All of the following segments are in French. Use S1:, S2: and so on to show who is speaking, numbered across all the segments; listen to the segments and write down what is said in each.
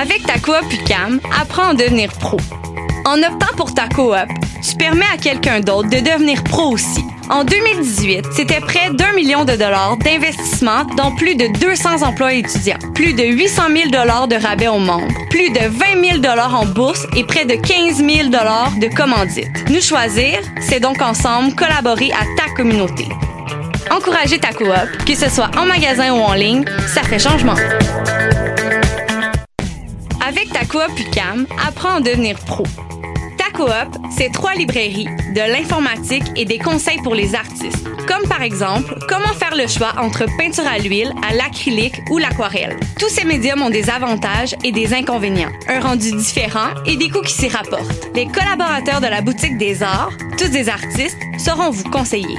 S1: Avec ta coop UCAM, apprends à devenir pro. En optant pour ta coop, tu permets à quelqu'un d'autre de devenir pro aussi. En 2018, c'était près d'un million de dollars d'investissement dans plus de 200 emplois étudiants, plus de 800 000 dollars de rabais aux membres, plus de 20 000 dollars en bourse et près de 15 000 dollars de commandites. Nous choisir, c'est donc ensemble collaborer à ta communauté. Encourager ta coop, que ce soit en magasin ou en ligne, ça fait changement. Avec ta coop UCAM, apprends à devenir pro. Ta coop, c'est trois librairies, de l'informatique et des conseils pour les artistes. Comme par exemple, comment faire le choix entre peinture à l'huile, à l'acrylique ou l'aquarelle. Tous ces médiums ont des avantages et des inconvénients, un rendu différent et des coûts qui s'y rapportent. Les collaborateurs de la boutique des arts, tous des artistes, sauront vous conseiller.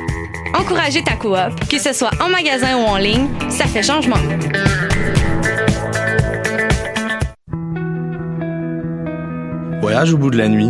S1: Encouragez ta coop, que ce soit en magasin ou en ligne, ça fait changement.
S2: Voyage au bout de la nuit,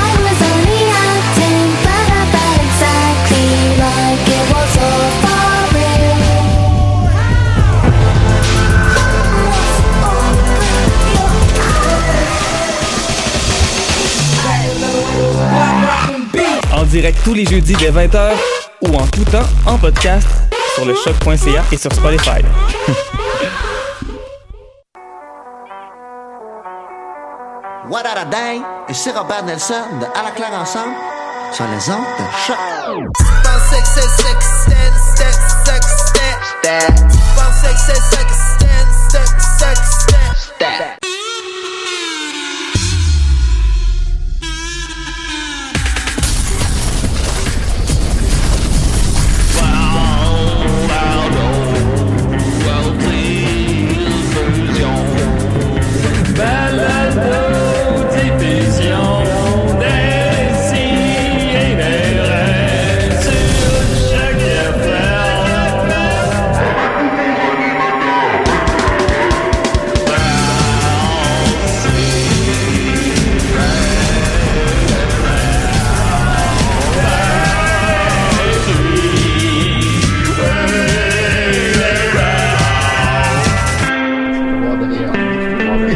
S3: I was only acting, but I felt exactly like it was all for real.
S4: en direct tous les jeudis dès 20h ou en tout temps en podcast sur le choc.ca et sur Spotify.
S5: What a day! Ici Robert Nelson de À la claire ensemble sur les ondes de choc.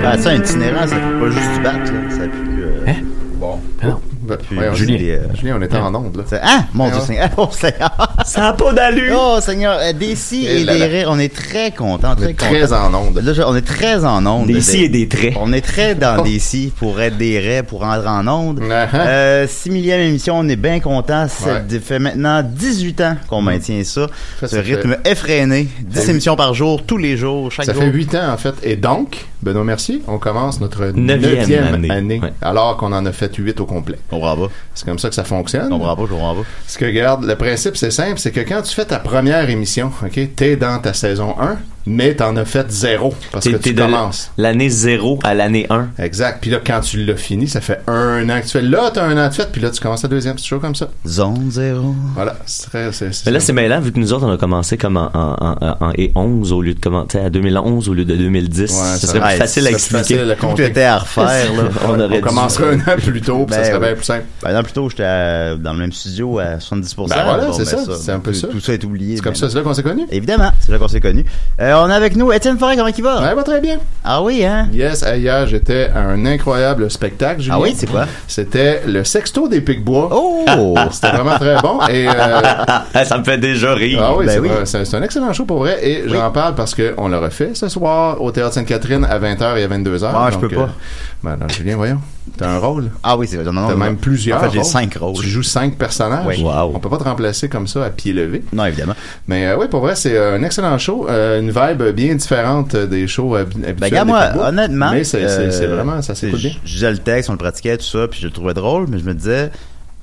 S6: Ben, ça, un itinérant, ça fait pas juste du bat, là. Ça pue. euh,
S7: Hein?
S6: Bon. Oh,
S8: Ben,
S6: Puis,
S8: voyons,
S6: Julien.
S8: Julien. Julien, on était en onde, là.
S6: C'est- Ah, euh, mon Dieu
S8: Ah.
S6: Seigneur. Oh Seigneur.
S4: Ça a pas d'allure!
S6: Oh Seigneur. Euh, Des si
S8: Eh
S6: et
S8: là
S6: des
S8: là.
S6: rires. On est très contents.
S8: On
S6: Très
S8: est très
S6: contents.
S8: en onde.
S6: Là, je- on est très en onde.
S7: Des si et des traits.
S6: On est très dans
S8: Oh.
S6: des si pour être des raies, pour rentrer en onde.
S8: Ah, ah.
S6: Euh, 6 millième émission, on est bien content. Ça
S8: Ouais. Mm.
S6: fait maintenant 18 ans qu'on maintient ça.
S8: Ça,
S6: Ce
S8: ça
S6: rythme effréné. 10
S8: Ça-
S6: émissions par jour, tous les jours, chaque
S8: Ça
S6: jour.
S8: fait huit ans, en fait. Et donc, Benoît Mercier, on commence notre
S7: Neuvième
S8: neuvième,
S7: année.
S8: année,
S7: Ouais.
S8: alors qu'on en a fait huit au complet.
S6: On comprend pas.
S8: C'est comme ça que ça fonctionne.
S6: Je comprends pas, je comprends pas.
S8: Ce que garde, le principe, c'est simple, c'est que quand tu fais ta première émission, ok, t'es dans ta saison 1, mais t'en as fait zéro, parce que
S7: T'es- t'es
S8: tu
S7: de
S8: commences.
S7: L'année 0 à l'année 1.
S8: Exact. Puis là, quand tu l'as fini, ça fait un an que tu fais. Là, t'as un an de fête, puis là, tu commences la deuxième. C'est toujours comme ça.
S6: Zone zéro.
S8: Voilà. C'est très- c'est- c'est-
S7: Mais Euh, là, c'est mêlant, vu que nous autres, on a commencé comme en, en, en, en- en- et 11 au lieu de commencer à 2011 au lieu de 2010.
S8: Ouais,
S7: ça
S8: ça-
S7: serait plus
S6: ouais,
S7: facile à
S8: c'est
S7: expliquer.
S8: facile à
S6: Tout
S8: compter.
S6: était à refaire, là.
S7: on aurait
S8: On commencera un an plus tôt, puis
S6: Ben
S8: ça serait
S6: oui.
S8: bien plus simple.
S6: Ben non, plutôt, j'étais à- dans le même studio à 70%.
S8: Ben voilà, c'est
S6: ben
S8: ça, c'est un peu
S6: tout-
S8: ça.
S6: Tout ça est oublié.
S8: C'est comme
S6: ben
S8: ça, c'est là qu'on s'est connus.
S6: non. Évidemment, c'est là qu'on s'est connus. Euh, on est avec nous Étienne Forêt, comment il va?
S8: Ouais, va très bien.
S6: Ah oui, hein?
S8: Yes, hey, hier, j'étais à un incroyable spectacle, Julien.
S6: Ah oui, c'est quoi?
S8: C'était le sexto des Picbois.
S6: Oh!
S8: C'était vraiment très bon. Et, euh, ah
S7: Ah, ça me fait déjà rire.
S8: oui,
S6: Ben
S8: c'est
S6: oui.
S8: vrai, c'est c'est un excellent show pour vrai. Et j'en parle parce qu'on le refait ce soir au Théâtre Sainte-Catherine à 20h et à 22h.
S6: Ah, je peux pas.
S8: ben, non, Julien, voyons. T'as un rôle.
S6: Ah oui, c'est vrai. Non, non,
S8: T'as
S6: non.
S8: même plusieurs.
S6: En fait, j'ai
S8: rôles.
S6: cinq rôles.
S8: Tu joues cinq personnages.
S6: Oui.
S7: Wow.
S8: On peut pas te remplacer comme ça à pied levé.
S6: Non, évidemment.
S8: Mais euh, oui, pour vrai, c'est euh, un excellent show. euh, une vibe bien différente euh, des shows hab- habituels.
S6: Ben, regarde,
S8: des
S6: moi,
S8: Picbois.
S6: honnêtement.
S8: Mais c'est c'est-
S6: euh,
S8: c'est vraiment, ça s'écoute
S6: je-
S8: bien.
S6: Je disais le texte, on le pratiquait, tout ça, puis je le trouvais drôle, mais je me disais,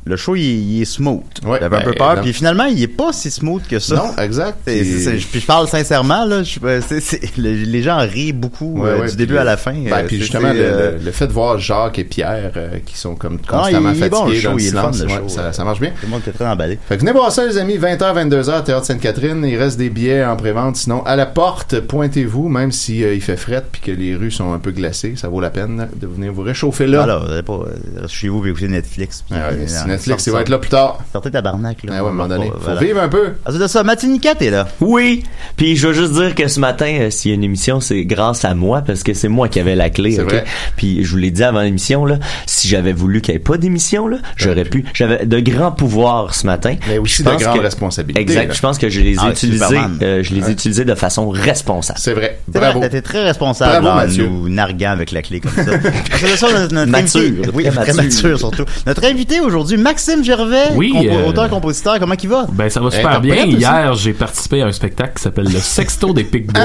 S6: le show, il, il est smooth.
S8: Ouais,
S6: J'avais un peu
S8: ben,
S6: peur.
S8: non.
S6: Puis finalement, il est pas si smooth que ça.
S8: Non, exact.
S6: C'est- c'est- c'est- puis je parle sincèrement, là, je- euh, c'est- c'est- le- les gens rient beaucoup
S8: Ouais,
S6: euh,
S8: ouais,
S6: du
S8: puis
S6: début
S8: le-
S6: à la fin.
S8: Ben,
S6: Euh,
S8: puis
S6: c'est-
S8: justement,
S6: c'est,
S8: le,
S6: euh,
S8: le- le fait de voir Jacques et Pierre euh, qui sont comme
S6: il-
S8: constamment
S6: il est
S8: fatigués
S6: bon, le show,
S8: dans le
S6: il est le fun,
S8: silence,
S6: le
S8: ouais,
S6: show, euh.
S8: ça, ça marche bien.
S6: tout le monde était très emballé.
S8: Fait que venez voir ça, les amis, 20h, 22h, Théâtre Sainte-Catherine. Il reste des billets en pré-vente. Sinon, à la porte, pointez-vous, même si euh, il fait fret puis que les rues sont un peu glacées. Ça vaut la peine de venir vous réchauffer là.
S6: Voilà, vous allez pas euh, restez chez vous et écouter Netflix. puis,
S8: Ah ouais,
S6: euh,
S8: si
S6: non,
S8: Netflix,
S6: sortez-
S8: il va être là plus tard.
S6: Sortez tabarnak,
S8: Ah
S6: là.
S8: ouais, à un moment donné. Faut
S6: Voilà.
S8: vivre un peu.
S6: Ensuite de ça, Matinica, t'es là.
S7: Oui, puis je veux juste dire que ce matin, euh, s'il y a une émission, c'est grâce à moi parce que c'est moi qui avais la clé.
S8: C'est
S7: ok?
S8: vrai.
S7: Puis je vous l'ai dit avant l'émission là, si j'avais voulu qu'il n'y ait pas d'émission là, j'aurais pu. J'avais de grands pouvoirs ce matin.
S8: Mais aussi
S7: Puis je
S8: de
S7: pense
S8: grandes
S7: que-
S8: responsabilités,
S7: Exact.
S8: là.
S7: Je pense que je les ai
S6: Ah,
S7: utilisés.
S6: Superman.
S7: euh, je les ai utilisés de façon responsable.
S8: C'est vrai.
S6: C'est vrai,
S8: Bravo.
S6: T'étais très responsable
S8: Bravo,
S6: en
S8: Mathieu.
S6: nous narguant avec la clé comme ça. Ensuite de ça, notre- notre
S7: Mature,
S6: invité-
S7: très
S6: Oui, très
S7: mature.
S6: mature surtout. Notre invité aujourd'hui, Maxime Gervais,
S9: Oui,
S6: compo-
S9: euh,
S6: auteur-compositeur, comment il va?
S9: Ben, ça va super
S8: Interprète
S9: bien.
S8: aussi.
S9: Hier, j'ai participé à un spectacle qui s'appelle Le Sexto des Pics-Bois.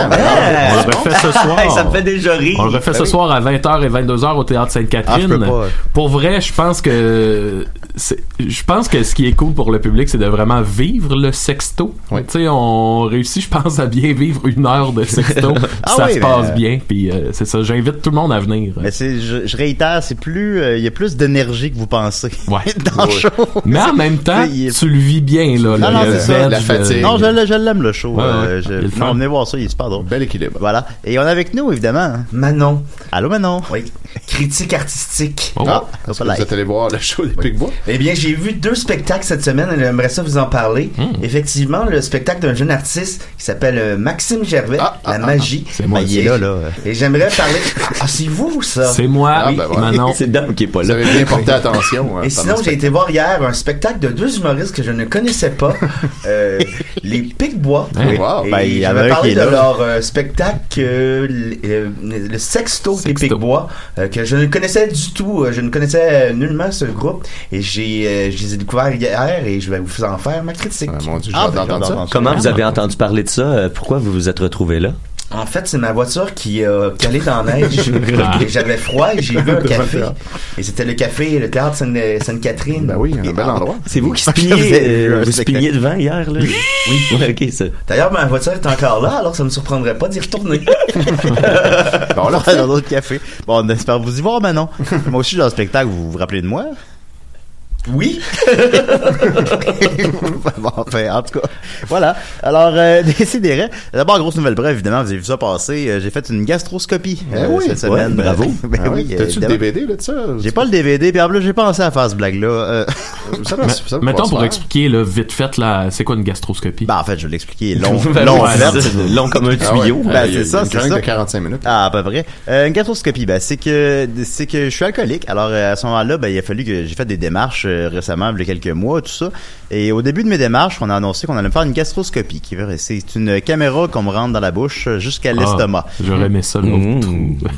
S9: on
S6: Ah,
S9: le refait ce soir.
S7: Hey, ça me fait déjà rire.
S9: On le refait ce soir à 20h et 22h au Théâtre
S6: Ah, je peux
S9: Sainte-Catherine.
S6: pas.
S9: pour vrai, je pense que c'est- je pense que ce qui est cool pour le public, c'est de vraiment vivre le sexto.
S8: Oui.
S9: Tu sais, on réussit, je pense, à bien vivre une heure de sexto. Puis
S6: Ah
S9: ça
S6: oui,
S9: se
S6: mais,
S9: passe
S6: euh,
S9: bien. Puis euh, c'est ça, j'invite tout le monde à venir.
S6: Mais c'est, je, je réitère, c'est plus, euh, il y a plus d'énergie que vous pensez
S9: Ouais.
S6: dans le show.
S9: Mais en même temps,
S6: C'est- il est-
S9: tu le vis bien là.
S6: Non,
S9: le-
S6: non,
S9: le
S6: c'est ça,
S9: veg,
S8: la
S9: le-
S8: fatigue.
S6: Non, je, l'ai- je l'aime le show.
S9: Ouais,
S6: euh,
S9: ouais.
S6: je-
S9: Il est le
S6: non,
S9: fun.
S6: venez voir ça, il est super drôle.
S8: Bel équilibre.
S6: Voilà. Et on est avec nous, évidemment.
S10: Manon,
S6: Allô, Manon.
S10: oui, critique artistique.
S9: Oh.
S8: Ah,
S6: ça
S8: est-ce que
S6: va
S8: vous
S6: live.
S8: êtes allé voir le show des Pic-Bois?
S10: Eh bien, j'ai vu deux spectacles cette semaine et j'aimerais ça vous en parler.
S8: Hmm.
S10: Effectivement, le spectacle d'un jeune artiste qui s'appelle euh, Maxime Gervais,
S8: Ah, ah,
S10: La
S8: ah,
S10: Magie.
S9: C'est moi.
S6: Ben, il est là, là.
S10: Et j'aimerais parler... Ah, c'est vous, ça?
S9: C'est moi,
S8: Ah, ben voilà.
S9: Manon.
S7: C'est Dom qui est pas
S8: Vous
S7: là.
S8: avez bien porté
S6: euh,
S8: attention. hein,
S10: Et
S8: pendant
S10: sinon,
S8: ce
S10: j'ai été voir hier un spectacle de deux humoristes que je ne connaissais pas, euh, les Pic-Bois.
S9: Oui.
S8: Wow.
S10: Et
S6: Ben, il y en a
S10: j'avais
S6: un
S10: parlé
S6: qui est
S10: de
S6: là.
S10: leur euh, spectacle, euh, le, euh, le Sexto, des
S9: Sexto.
S10: Pic-Bois, euh, que je ne connaissais du tout. euh, je ne connaissais euh, nullement ce groupe. Et j'ai, euh, je les ai découverts hier et je vais vous en faire ma critique.
S8: Ah, mon Dieu, j'ai
S6: Ah,
S8: hâte
S6: ben,
S8: d'entendre
S6: j'adore
S8: ça.
S7: Comment vous avez entendu parler de ça Euh, Pourquoi vous vous êtes retrouvé là
S10: En fait, c'est ma voiture qui a calé dans la neige.
S8: Ah.
S10: et j'avais froid et j'ai vu un café. Et c'était le café, le théâtre Sainte- Sainte-Catherine.
S8: Ben oui, un bel endroit.
S7: ah, C'est vous qui
S6: Parce que
S7: spiniez,
S6: vous avez vu
S7: euh,
S6: un
S7: vous
S6: spectacle.
S7: spiniez devant hier là. Oui. ok, ça.
S10: D'ailleurs, ma voiture est encore là, alors ça me surprendrait pas d'y retourner.
S6: Bon, on le refait dans d'autres cafés. Bon, on espère vous y voir, Manon. moi aussi, dans le spectacle, vous vous rappelez de moi?
S10: Oui,
S6: bon, enfin, en tout cas, voilà. Alors, euh, décidérez. D'abord, grosse nouvelle brève, évidemment, vous avez vu ça passer. Euh, j'ai fait une gastroscopie euh,
S8: Eh oui,
S6: cette semaine.
S7: ouais, bravo.
S6: ben
S8: Ah
S6: oui,
S8: oui,
S6: euh,
S8: T'as-tu le
S6: évidemment.
S8: DVD là, de ça?
S6: J'ai pas le DVD, puis en plus, j'ai pensé à faire ce blague-là. Euh,
S8: Ça, ça, ça, ça
S9: Mettons
S8: pourra
S9: pour
S8: se faire.
S9: expliquer là, vite fait là, c'est quoi une gastroscopie
S6: ben, en fait, je vais l'expliquer long,
S7: Ben,
S6: long,
S7: ouais,
S6: verte.
S7: c'est ça, long comme un
S8: Ah ouais.
S7: tuyau.
S6: Ben,
S8: Ah,
S6: c'est
S8: il y a
S6: ça,
S8: une
S6: c'est
S8: chronique
S6: ça.
S8: de 45 minutes.
S6: Ah, à peu près. Euh, une gastroscopie, ben, c'est que c'est que je suis alcoolique. Alors euh, à ce moment-là, ben, il a fallu que j'ai fait des démarches euh, récemment, il y a quelques mois, tout ça. Et au début de mes démarches, on a annoncé qu'on allait me faire une gastroscopie, qui veut dire- c'est une caméra qu'on me rentre dans la bouche euh, jusqu'à
S9: Ah,
S6: l'estomac.
S9: J'aurais aimé ça le mot
S7: Mmh.
S9: trou.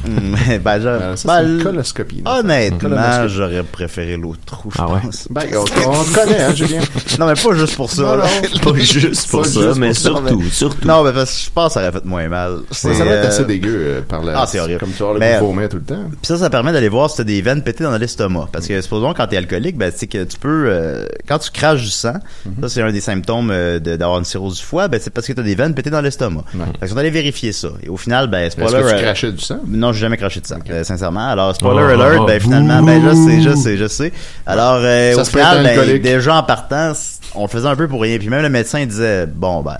S6: Hum, ben, je-
S8: Euh, Ça,
S6: ben,
S8: c'est une
S6: l-
S8: coloscopie. là.
S6: honnêtement, j'aurais préféré l'autre trou, je
S9: Ah ouais?
S6: pense.
S8: Ben, on, on te connaît, hein, Julien.
S6: Non, mais pas juste pour ça.
S8: Non,
S6: là.
S7: Pas juste pour
S8: Pas
S7: ça,
S8: juste
S7: mais
S8: pour ça,
S7: surtout, surtout.
S6: Non, mais parce que je pense que ça aurait fait moins mal.
S8: Ça ça doit être
S6: euh,
S8: assez dégueu euh, par la.
S6: Ah, c'est horrible.
S8: Comme tu vois,
S6: Mais- euh,
S8: le vomir tout le temps.
S6: Puis ça, ça permet d'aller voir si t'as des veines pétées dans l'estomac. Parce que supposons quand t'es alcoolique, ben c'est que tu peux euh, quand tu craches du sang,
S8: Mhm.
S6: ça c'est un des symptômes euh, de- d'avoir une cirrhose du foie, ben c'est parce que t'as des veines pétées dans l'estomac. Fait qu'ils sont allés vérifier ça. Et au final, ben
S8: Est-ce
S6: spoiler.
S8: que tu Ah,
S6: euh,
S8: crachais du sang?
S6: non, j'ai jamais craché de sang, euh, sincèrement. Alors, spoiler
S9: Oh,
S6: alert,
S9: oh,
S6: ben
S9: oh,
S6: finalement, ben je sais, je sais, je sais. Alors, euh,
S8: Ça
S6: au
S8: se peut être
S6: final, ben,
S8: alcoolique.
S6: déjà en partant, c- on le faisait un peu pour rien. Puis même le médecin disait, bon, ben,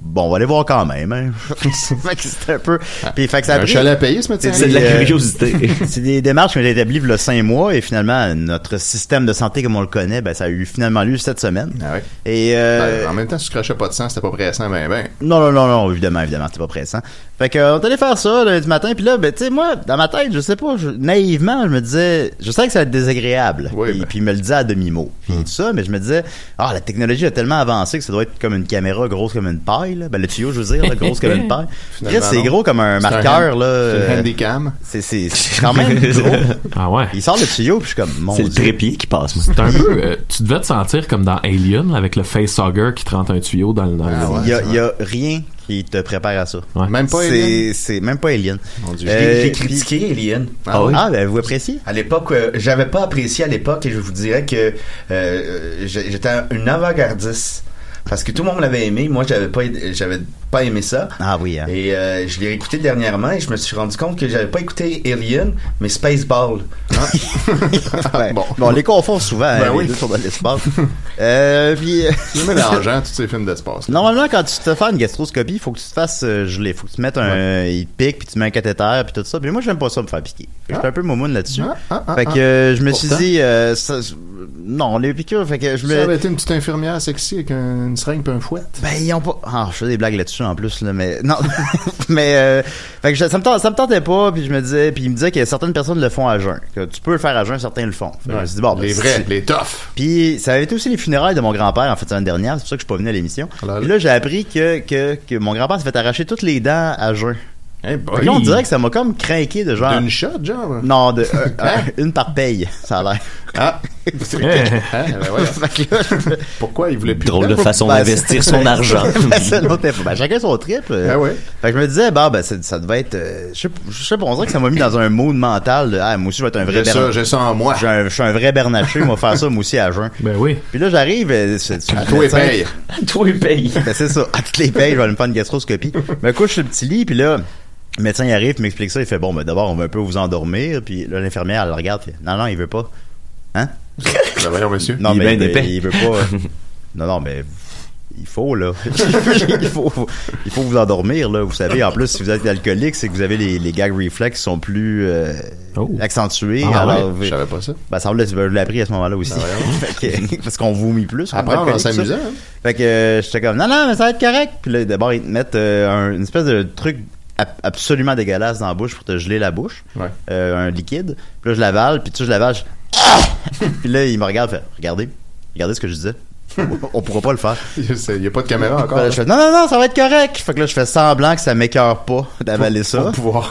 S6: bon, on va aller voir quand même. Hein. fait que c'était un peu... Puis, fait que ça a
S8: Ah. Un
S6: pris-
S8: chalet à payer, ce matin?
S6: C'est-
S7: C'est de la
S6: euh,
S7: curiosité.
S6: c'est des démarches que j'ai établies il y a cinq mois et finalement notre système de santé comme on le connaît, ben ça a eu finalement lieu cette semaine.
S8: Ah ouais.
S6: Et euh,
S8: Ben, En même temps, si tu crachais pas de sang, c'était pas pressant, ben, ben.
S6: non non non non évidemment évidemment c'est pas pressant. Fait que euh, on est allé faire ça lundi matin puis là ben tu sais moi dans ma tête je sais pas je- naïvement je me disais je savais que ça allait être désagréable
S8: Oui,
S6: puis,
S8: ben. Hmm.
S6: puis il me le disait à demi mot puis tout ça mais je me disais ah la technologie a tellement avancé que ça doit être comme une caméra grosse comme une paille là. ben le tuyau je veux dire là, grosse comme une paille. Chris,
S8: Finalement,
S6: c'est
S8: non.
S6: gros comme un
S8: C'est un
S6: marqueur
S8: hand-
S6: là.
S8: C'est
S6: euh,
S8: une handicam.
S6: C'est c'est c'est quand même gros.
S9: Ah ouais.
S6: Il sort le tuyau, puis je suis comme, mon
S7: C'est le
S6: Dieu.
S7: trépied qui passe, moi.
S9: C'est un peu. euh, tu
S8: Ah,
S9: devais te sentir comme dans Alien là, avec le facehugger qui te rentre un tuyau dans le. Dans le-
S6: Il y a, il y a rien il te prépare à ça.
S8: Même pas
S6: C'est-
S8: Alien?
S6: C'est même pas Alien. Euh,
S10: Je l'ai- je l'ai critiqué, Alien.
S6: Ah oui? Ah, ben, vous appréciez?
S10: À l'époque, euh, j'avais pas apprécié à l'époque et je vous dirais que euh, euh, j'ai- j'étais un- une avant-gardiste. Parce que tout le monde l'avait aimé, moi j'avais pas j'avais pas aimé ça.
S6: Ah oui.
S10: Et euh, je l'ai écouté dernièrement et je me suis rendu compte que j'avais pas écouté Alien, mais Spaceball. Hein?
S6: Ouais. Bon. on les confond souvent, hein,
S10: Ben
S6: les
S10: oui.
S6: deux sont dans l'espace. euh, puis...
S8: C'est mélangeant, tous ces films d'espace.
S6: Normalement, quand tu te fais une gastroscopie, il faut que tu te fasses euh, geler. faut que tu te mettes un. Il te pique, puis tu mets un cathéter, puis tout ça. Mais moi, j'aime pas ça me faire piquer. Fait que
S8: Ah.
S6: J'étais un peu moumoune là-dessus. fait que euh, je me suis
S8: Pourtant.
S6: dit. euh, ça- non, les piqûres, fait que je
S8: Ça avait
S6: me.
S8: été une petite infirmière sexy avec un- une seringue et un fouet.
S6: Ben, ils ont pas. Ah, je fais des blagues là-dessus en plus, là, mais. Non. mais. euh, fait que je- ça, me tentait, ça me tentait pas, puis je me disais. Puis il me disait que certaines personnes le font à jeun. Que tu peux le faire à jeun, certains le font. Fait que Je me suis dit, bon, ben,
S8: les
S6: si-
S8: vrais, les toughs.
S6: Puis ça avait été aussi les funérailles de mon grand-père en fait l'année dernière, c'est pour ça que je suis pas venu à l'émission. Puis là j'ai appris que, que, que mon grand-père s'est fait arracher toutes les dents à jeun. Fait que là, on dirait que ça m'a comme craqué de genre.
S8: D'une shot, genre?
S6: Ah. Non, de euh, euh, une par paye, ça a l'air.
S8: Ah. Ah, ben ouais. Pourquoi il voulait plus
S7: Drôle de façon
S6: Ben,
S7: d'investir
S6: c'est-
S7: son argent.
S6: Ben, c'est l'autre info. Ben, chacun son trip. euh.
S8: Ah ouais.
S6: Fait que je me disais, bah, ben, c'est- ça devait être. euh, je sais pas- je sais pas, on dirait que ça m'a mis dans un mood mental de, ah, moi aussi, je vais être un vrai
S8: J'ai ça,
S6: Bernard-
S8: j'ai ça en moi.
S6: J'ai un- Je suis un vrai Bernaché, moi, faire ça, moi aussi, à jeun.
S9: Ben oui.
S6: Puis là, j'arrive. euh, c'est- c'est-
S8: Ah, Toi et
S6: médecin-
S8: paye.
S7: Toi, paye.
S6: Ben, c'est ça. À toutes les payes, je vais aller me faire une gastroscopie. Je me couche sur le petit lit, puis là, le médecin il arrive, il m'explique ça. Il fait Bon, ben, d'abord, on va un peu vous endormir. Puis là, l'infirmière, elle le regarde, fait Non, non, il veut pas. Hein
S8: Ben voyons, monsieur.
S6: Non,
S7: Il est
S6: mais
S7: bien
S6: il,
S7: épais.
S6: il veut pas. euh, non, non, mais. Il faut, là. il, faut, il faut vous endormir, là. Vous savez, en plus, si vous êtes alcoolique, c'est que vous avez les, les gag réflexes qui sont plus euh,
S9: Oh.
S6: accentués.
S9: Ah ouais,
S6: alors,
S8: Je savais pas ça.
S6: ben, ça, on l'a- je l'ai appris à ce moment-là aussi. Fait que- parce qu'on vomit plus.
S8: Apprendre
S6: on va
S8: en
S6: être alcoolique,
S8: s'amusant,
S6: Ah, ben, ça.
S8: hein.
S6: Fait que euh, j'étais comme, non, non, mais ça va être correct. Puis là, d'abord, ils te mettent euh, un- une espèce de truc ab- absolument dégueulasse dans la bouche pour te geler la bouche.
S8: Ouais.
S6: Euh, un liquide. Puis là, je l'avale. Puis tu sais, je l'avale. Je... puis là, il me regarde. Fait, regardez. Regardez ce que je disais. on pourra pas le faire.
S8: Il y a pas de caméra encore.
S6: Fait là, je fais, non, non, non, ça va être correct. Fait que là, je fais semblant que ça m'écœure pas d'avaler ça.
S8: Pour pouvoir.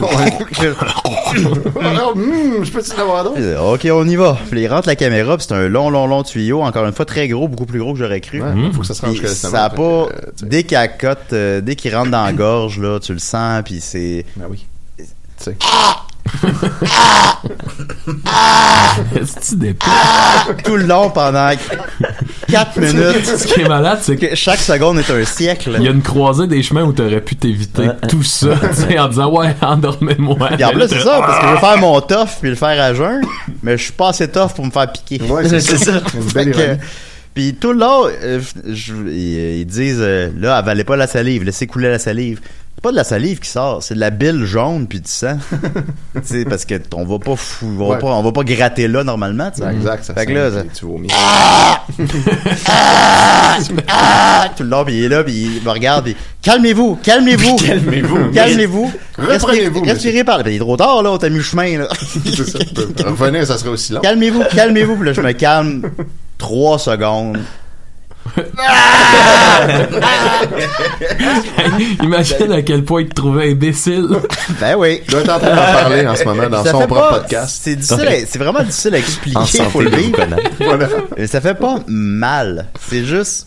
S6: Je-
S8: Alors, hmm, je peux-tu en avoir d'autres?
S6: Puis, euh, Ok, on y va. Puis là, il rentre la caméra, puis c'est un long, long, long tuyau. Encore une fois, très gros, beaucoup plus gros que j'aurais cru.
S8: Ouais, Faut que ça se rende
S6: Puis
S8: jusqu'à
S6: ça a
S8: l'estomac,
S6: pas.
S8: fait que, euh, tu sais.
S6: dès qu'il accote, euh, dès qu'il rentre dans la gorge, là, tu le sens, puis c'est.
S8: Ben oui. Tu sais.
S9: Est-ce que tu dépends?
S6: Tout le long pendant 4
S9: Ce
S6: minutes.
S9: qui est malade, c'est que
S6: que Chaque seconde est un siècle.
S9: il y a une croisée des chemins où t'aurais pu t'éviter
S8: hein.
S9: tout ça, tu sais, en disant ouais, endormez-moi.
S6: Puis en plus,
S9: Mais là,
S6: c'est
S9: t'as-
S6: ça, parce que je veux faire mon tough puis le faire à jeun, mais je suis pas assez tough pour me faire piquer.
S8: Ouais, c'est ça. Une
S6: Fait
S8: belle
S6: que,
S8: ironie.
S6: puis tout le long, euh, je- ils, ils disent, euh, là, avalez pas la salive, laissez couler la salive. C'est pas de la salive qui sort, c'est de la bile jaune puis du sang. tu sais, parce que t- on va pas fou, on, va
S8: Ouais.
S6: pas, on va pas gratter là normalement, tu sais.
S8: Exact, ça
S6: Fait que
S8: sent
S6: là,
S8: que
S6: ça-
S8: tu vomis.
S6: Ah! tout le long, puis il est là, puis il me regarde, puis calmez-vous, calmez-vous, calmez-vous, calmez-vous,
S8: Reprenez-vous,
S6: Respirez- respirez par là. Puis il est trop tard, là, on t'a mis le chemin, là.
S8: C'est ça. Revenez, ça serait aussi long.
S6: Calmez-vous, calmez-vous. Puis là, je me calme. Trois secondes.
S9: Ah! Imagine à quel point il te trouvait imbécile.
S6: Ben oui.
S8: Il doit être en train d'en parler en ce moment dans
S6: Ça
S8: son
S6: fait
S8: propre
S6: pas-
S8: podcast.
S6: C'est difficile, à- c'est vraiment difficile à expliquer.
S7: En
S6: faut le
S7: santé, de vous
S6: vivre.
S7: connaître.
S8: Voilà.
S6: Mais ça fait pas mal. C'est juste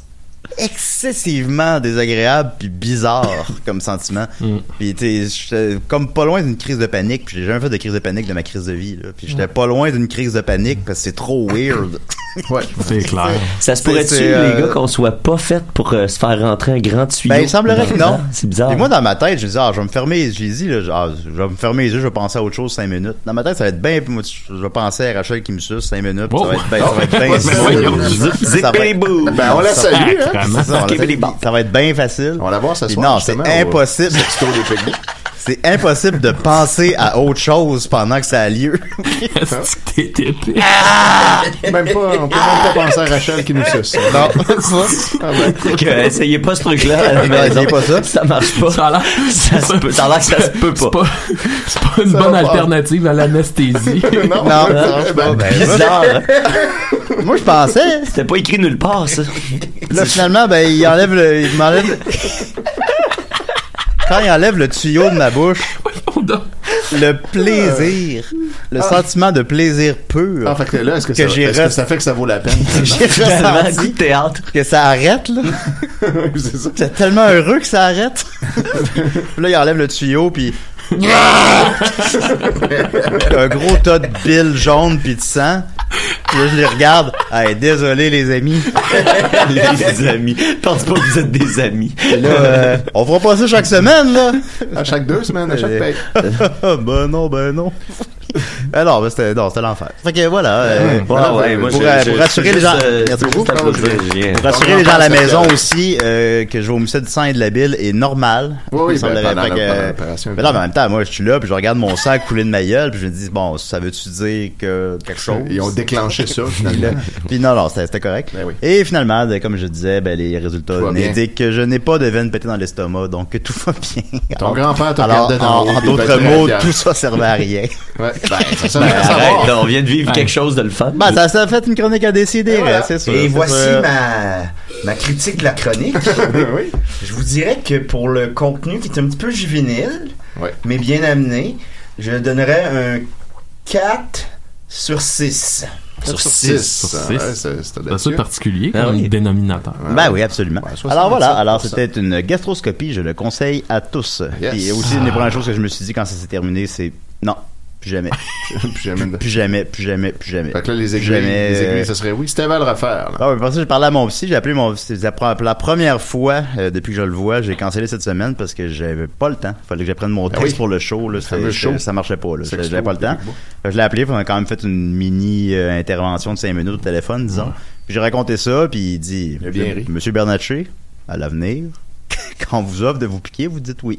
S6: excessivement désagréable puis bizarre comme sentiment.
S7: Mm.
S6: Puis tu sais, j'étais comme pas loin d'une crise de panique. Puis j'ai jamais fait de crise de panique de ma crise de vie. Là. Puis j'étais pas loin d'une crise de panique parce que c'est trop weird.
S8: Ouais.
S9: C'est clair.
S7: Ça se
S6: C'est-
S7: pourrait-tu,
S6: c'est, euh,
S7: les gars, qu'on soit pas fait pour euh, se faire rentrer un grand tuyau?
S6: Ben, il semblerait que non.
S7: C'est bizarre.
S6: Et moi, dans ma tête, je disais, ah, je vais me fermer, je les dis, là, ah, je vais me fermer les yeux, je vais penser à autre chose cinq minutes. Dans ma tête, ça va être bien, moi, je vais penser à Rachel qui me suce cinq minutes, puis ça va être bien, ça va être
S9: Ben
S6: bien.
S9: voyons,
S6: ça,
S7: Oh. zip,
S6: va
S7: zip,
S6: être-
S7: boo.
S8: Ben, on la salue, hein.
S9: Vraiment.
S6: ça, on l'a fait. Ça va être bien facile.
S8: On va la voir ce
S6: Puis
S8: soir,
S6: Non, c'est
S8: justement, au-
S6: impossible.
S8: Tour des pygmées.
S6: C'est impossible de penser à autre chose pendant que ça a lieu.
S9: Est-ce que t'es épais?
S8: Même pas, on peut même pas penser à Rachel qui nous suce.
S6: Non, ben,
S8: Ah ouais.
S7: Que, euh, essayez pas ce truc-là. à la
S6: Non,
S7: maison.
S6: essayez pas ça.
S7: marche pas.
S9: Ça a l'air-
S7: Ça se peut- ça a l'air que ça se peut
S9: C'est
S7: pas.
S9: pas, c'est pas une
S8: Ça
S9: bonne
S8: va pas.
S9: alternative à l'anesthésie.
S8: Non,
S6: non,
S8: ça
S6: ça marche
S8: marche
S6: pas.
S8: pas.
S6: Ben, moi,
S7: Bizarre. hein?
S6: Moi, je pensais.
S7: C'était pas écrit nulle part, ça.
S6: Là, finalement, ben, il enlève le, il m'enlève. Quand il enlève le tuyau de ma bouche,
S9: On dort.
S6: le plaisir le
S8: Ah.
S6: sentiment de plaisir pur
S8: Ah, fait que là, est-ce que, ça,
S6: j'ai
S8: est-ce que
S6: ressenti-
S8: ça fait que ça vaut la peine?
S6: j'ai ressenti que ça arrête là
S8: c'est ça.
S6: T'es tellement heureux que ça arrête. Puis là, il enlève le tuyau, puis. un gros tas de billes jaunes puis de sang. Puis là, je les regarde. Hey, désolé, les amis.
S7: les amis. Pense pas que vous êtes des amis.
S6: Et là, euh, on fera pas ça chaque semaine, là.
S8: À chaque deux semaines, à
S6: Euh,
S8: chaque paye.
S6: ben non, ben non. Alors, ben, c'était non, c'était l'enfer. Fait que voilà. euh,
S7: Ah Ouais,
S6: voilà,
S7: ouais, moi,
S6: pour,
S7: je-
S6: euh,
S7: je-
S6: pour rassurer
S7: je-
S6: les gens.
S7: euh,
S6: Merci
S7: je-
S6: beaucoup.
S7: je- je- je- je- je-
S6: Pour rassurer
S10: On
S6: les gens à la
S10: pense que-
S6: maison aussi euh, que je vomissais du sang et de la bile est normal.
S8: Oui, oui,
S6: Il semblerait.
S8: ben, pendant
S6: Fait
S8: la-
S6: que,
S8: pendant l'opération,
S6: mais non, mais en même temps, moi, je suis là, puis je regarde mon sang couler de ma gueule, puis je me dis, bon, ça veut-tu dire que quelque chose?
S8: Ils ont déclenché ça, finalement.
S6: Puis non, non, c'était c'était correct.
S8: Ben oui.
S6: Et finalement, de- comme je disais, ben, les résultats
S8: Tout va bien.
S6: indiquent que je n'ai pas de veine pétée dans l'estomac, donc que tout va bien.
S8: Ton grand-père t'a
S6: Alors,
S8: regardé dans
S6: en,
S8: le haut,
S6: en
S8: puis il
S6: d'autres
S8: était ben, très
S6: mots,
S8: fier.
S6: tout ça servait à rien.
S8: Ouais. Ben, ça, ça,
S6: Ben,
S8: ça, ça,
S7: Arrête,
S8: va.
S7: on vient de vivre
S9: Ouais.
S7: quelque chose de le fun.
S6: Ben, ça, ça a fait une chronique à décider,
S10: Voilà.
S6: c'est sûr.
S10: Et
S6: c'est
S10: voici
S6: sûr.
S10: ma, ma critique de la chronique.
S8: Oui.
S10: Je vous dirais que pour le contenu qui est un petit peu juvénile,
S8: Ouais.
S10: mais bien amené, je donnerais un 4 sur 6.
S8: Sur Ah
S9: Sur
S8: 6.
S9: six. C'est assez particulier
S7: Ah
S9: comme
S7: oui.
S9: dénominateur.
S6: Ben oui, absolument.
S8: Ouais, 67%.
S6: alors voilà, alors c'était une gastroscopie, je le conseille à tous.
S8: Yes.
S6: Et aussi,
S10: Ah.
S6: une des premières choses que je me suis dit quand ça s'est terminé, c'est non, plus jamais,
S8: Puis jamais de-
S6: plus jamais, plus jamais, plus jamais.
S8: Fait que là, les
S6: Plus
S8: aiguilles,
S6: jamais,
S8: les aiguilles,
S6: euh,
S8: ça serait oui. C'était à le refaire. là.
S6: Ah ouais, parce que j'ai parlé à mon psy, j'ai appelé mon psy, c'est la pre- la première fois euh, depuis que je le vois, j'ai cancellé cette semaine parce que j'avais pas le temps. Fallait que j'apprenne mon texte
S8: Ah oui.
S6: pour le show là,
S8: fameux
S6: c'était-
S8: show.
S6: ça marchait pas là,
S8: Sexto,
S6: j'avais pas le temps.
S8: Québec.
S6: Fait que Je l'ai appelé, puis on a quand même fait une mini euh, intervention de 5 minutes au téléphone disons. Puis j'ai raconté ça, puis il dit
S8: Il a bien ri.
S6: Monsieur Bernatchez, à l'avenir quand on vous offre de vous piquer, vous dites oui.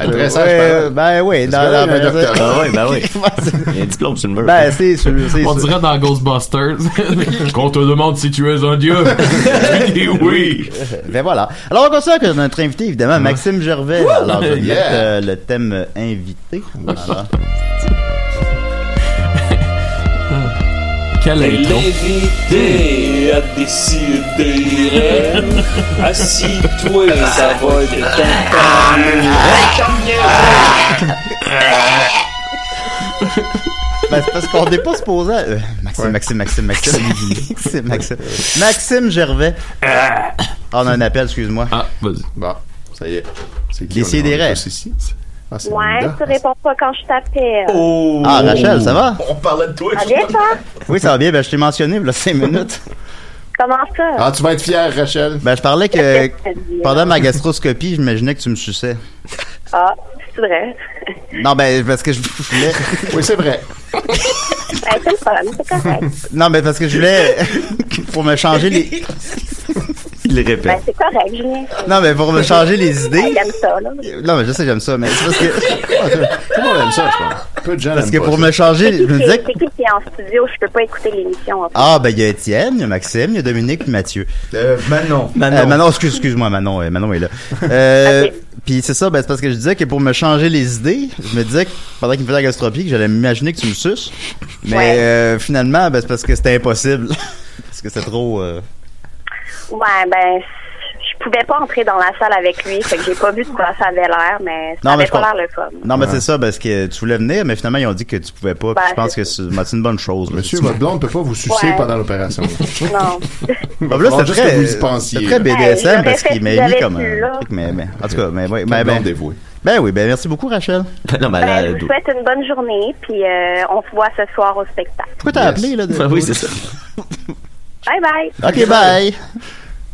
S8: Elle est très sage,
S6: Ouais,
S8: par
S6: euh,
S8: exemple.
S6: ben oui,
S8: Parce que là, il y a un doctorat.
S7: Ben oui, ben oui. Il y a un diplôme sur le mur.
S6: ben c'est sûr, c'est
S9: On
S6: sûr.
S9: dirait dans Ghostbusters qu'on te demande si tu es un dieu. Et oui.
S6: Ben voilà. Alors, on continue avec notre invité, évidemment, Maxime Gervais. Alors, je vais
S8: Yeah.
S6: mettre, euh, le thème euh, invité. Voilà.
S9: Quelle intro.
S11: L'invité a décidé. Assis-toi, ça va de
S6: Ben, c'est parce qu'on n'est pas supposé. euh, Maxime, Maxime, Maxime, Maxime, Maxime. Maxime, Maxime Gervais. Ah, on a un appel, excuse-moi.
S9: Ah, vas-y.
S8: Bon, ça y est. C'est qui,
S6: Laissez
S8: on est-
S6: des
S8: on est
S6: rêves.
S8: tous ici? Ah, c'est
S12: Ouais,
S8: Linda.
S12: tu réponds pas quand je t'appelle.
S9: Oh.
S6: Ah, Rachel, ça va?
S10: On parlait de toi.
S12: Ah bien ça?
S6: Oui, ça va bien. Ben, je t'ai mentionné, là, 5 minutes.
S12: Comment ça?
S8: Ah, tu vas être fier, Rachel.
S6: Ben, je parlais que
S12: Ah,
S6: pendant ma gastroscopie, j'imaginais que tu me suçais.
S12: c'est vrai.
S6: Non, ben, parce que je voulais.
S8: Oui, c'est vrai.
S12: Ben, c'est le fun, c'est correct.
S6: Non, mais parce que je voulais. pour me changer les.
S7: il le
S12: Ben,
S7: répète.
S12: c'est correct, Julien.
S6: Non, mais pour me changer les idées.
S12: J'aime ça, là.
S6: Non, mais je sais, j'aime ça, mais c'est parce que.
S8: Ah, Tout tout le monde aime ça, je pense. Peu de gens
S6: Parce que
S8: l'aiment pas,
S6: pour
S8: ça.
S6: me changer, je me disais
S12: C'est
S6: que...
S12: qui qui est en studio? Je peux pas écouter l'émission. en fait.
S6: Ah, ben, il y a Étienne, il y a Maxime, il y a Dominique, puis Mathieu.
S10: Euh, Manon.
S8: Ah
S6: Manon. Manon, excuse, excuse-moi, Manon, euh, Manon est là. Euh,
S12: Ok.
S6: Puis c'est ça, ben, c'est parce que je disais que pour me changer les idées, je me disais que pendant qu'il me faisait la gastropie, que j'allais m'imaginer que tu me suces. Mais
S12: Ouais.
S6: euh, finalement, ben, c'est parce que c'était impossible. parce que c'était trop... euh,
S12: Ouais, ben, je pouvais pas entrer dans la salle avec lui, fait que j'ai pas vu de quoi ça avait l'air, mais ça
S6: Non, mais
S12: avait
S6: je
S12: pas
S6: comprends.
S12: l'air le fun.
S6: Non,
S8: Ah.
S6: mais c'est ça, parce que tu voulais venir, mais finalement, ils ont dit que tu pouvais pas. puis
S12: Ben,
S6: je pense
S12: c'est
S6: que c'est ben, c'est une bonne chose. là.
S8: Euh, Monsieur,
S6: Tu-
S8: votre blonde peut pas vous sucer
S12: Ouais.
S8: pendant l'opération.
S12: Non.
S6: Ah, là,
S8: Bon,
S6: c'était
S8: juste que
S6: très,
S8: vous y
S6: euh,
S8: pensiez,
S6: c'était très
S8: là.
S6: BDSM
S12: Hey,
S6: parce
S12: j'aurais Ben, fait
S6: qu'il
S12: si
S6: m'a
S12: j'avais
S6: mis comme
S12: pu,
S6: un
S12: là.
S6: truc, mais, mais- en tout cas, mais, ouais,
S8: Ma
S6: ben,
S8: blonde
S6: ben,
S8: dévouée.
S6: ben oui, ben merci beaucoup Rachel.
S7: Non, mais
S12: Ben, je
S7: elle
S12: vous souhaite une bonne journée, puis euh, on se voit ce soir au spectacle.
S6: Pourquoi
S8: Yes.
S6: t'as appelé là de-
S7: a- Ben oui, c'est ça.
S12: Bye bye!
S6: Ok bye.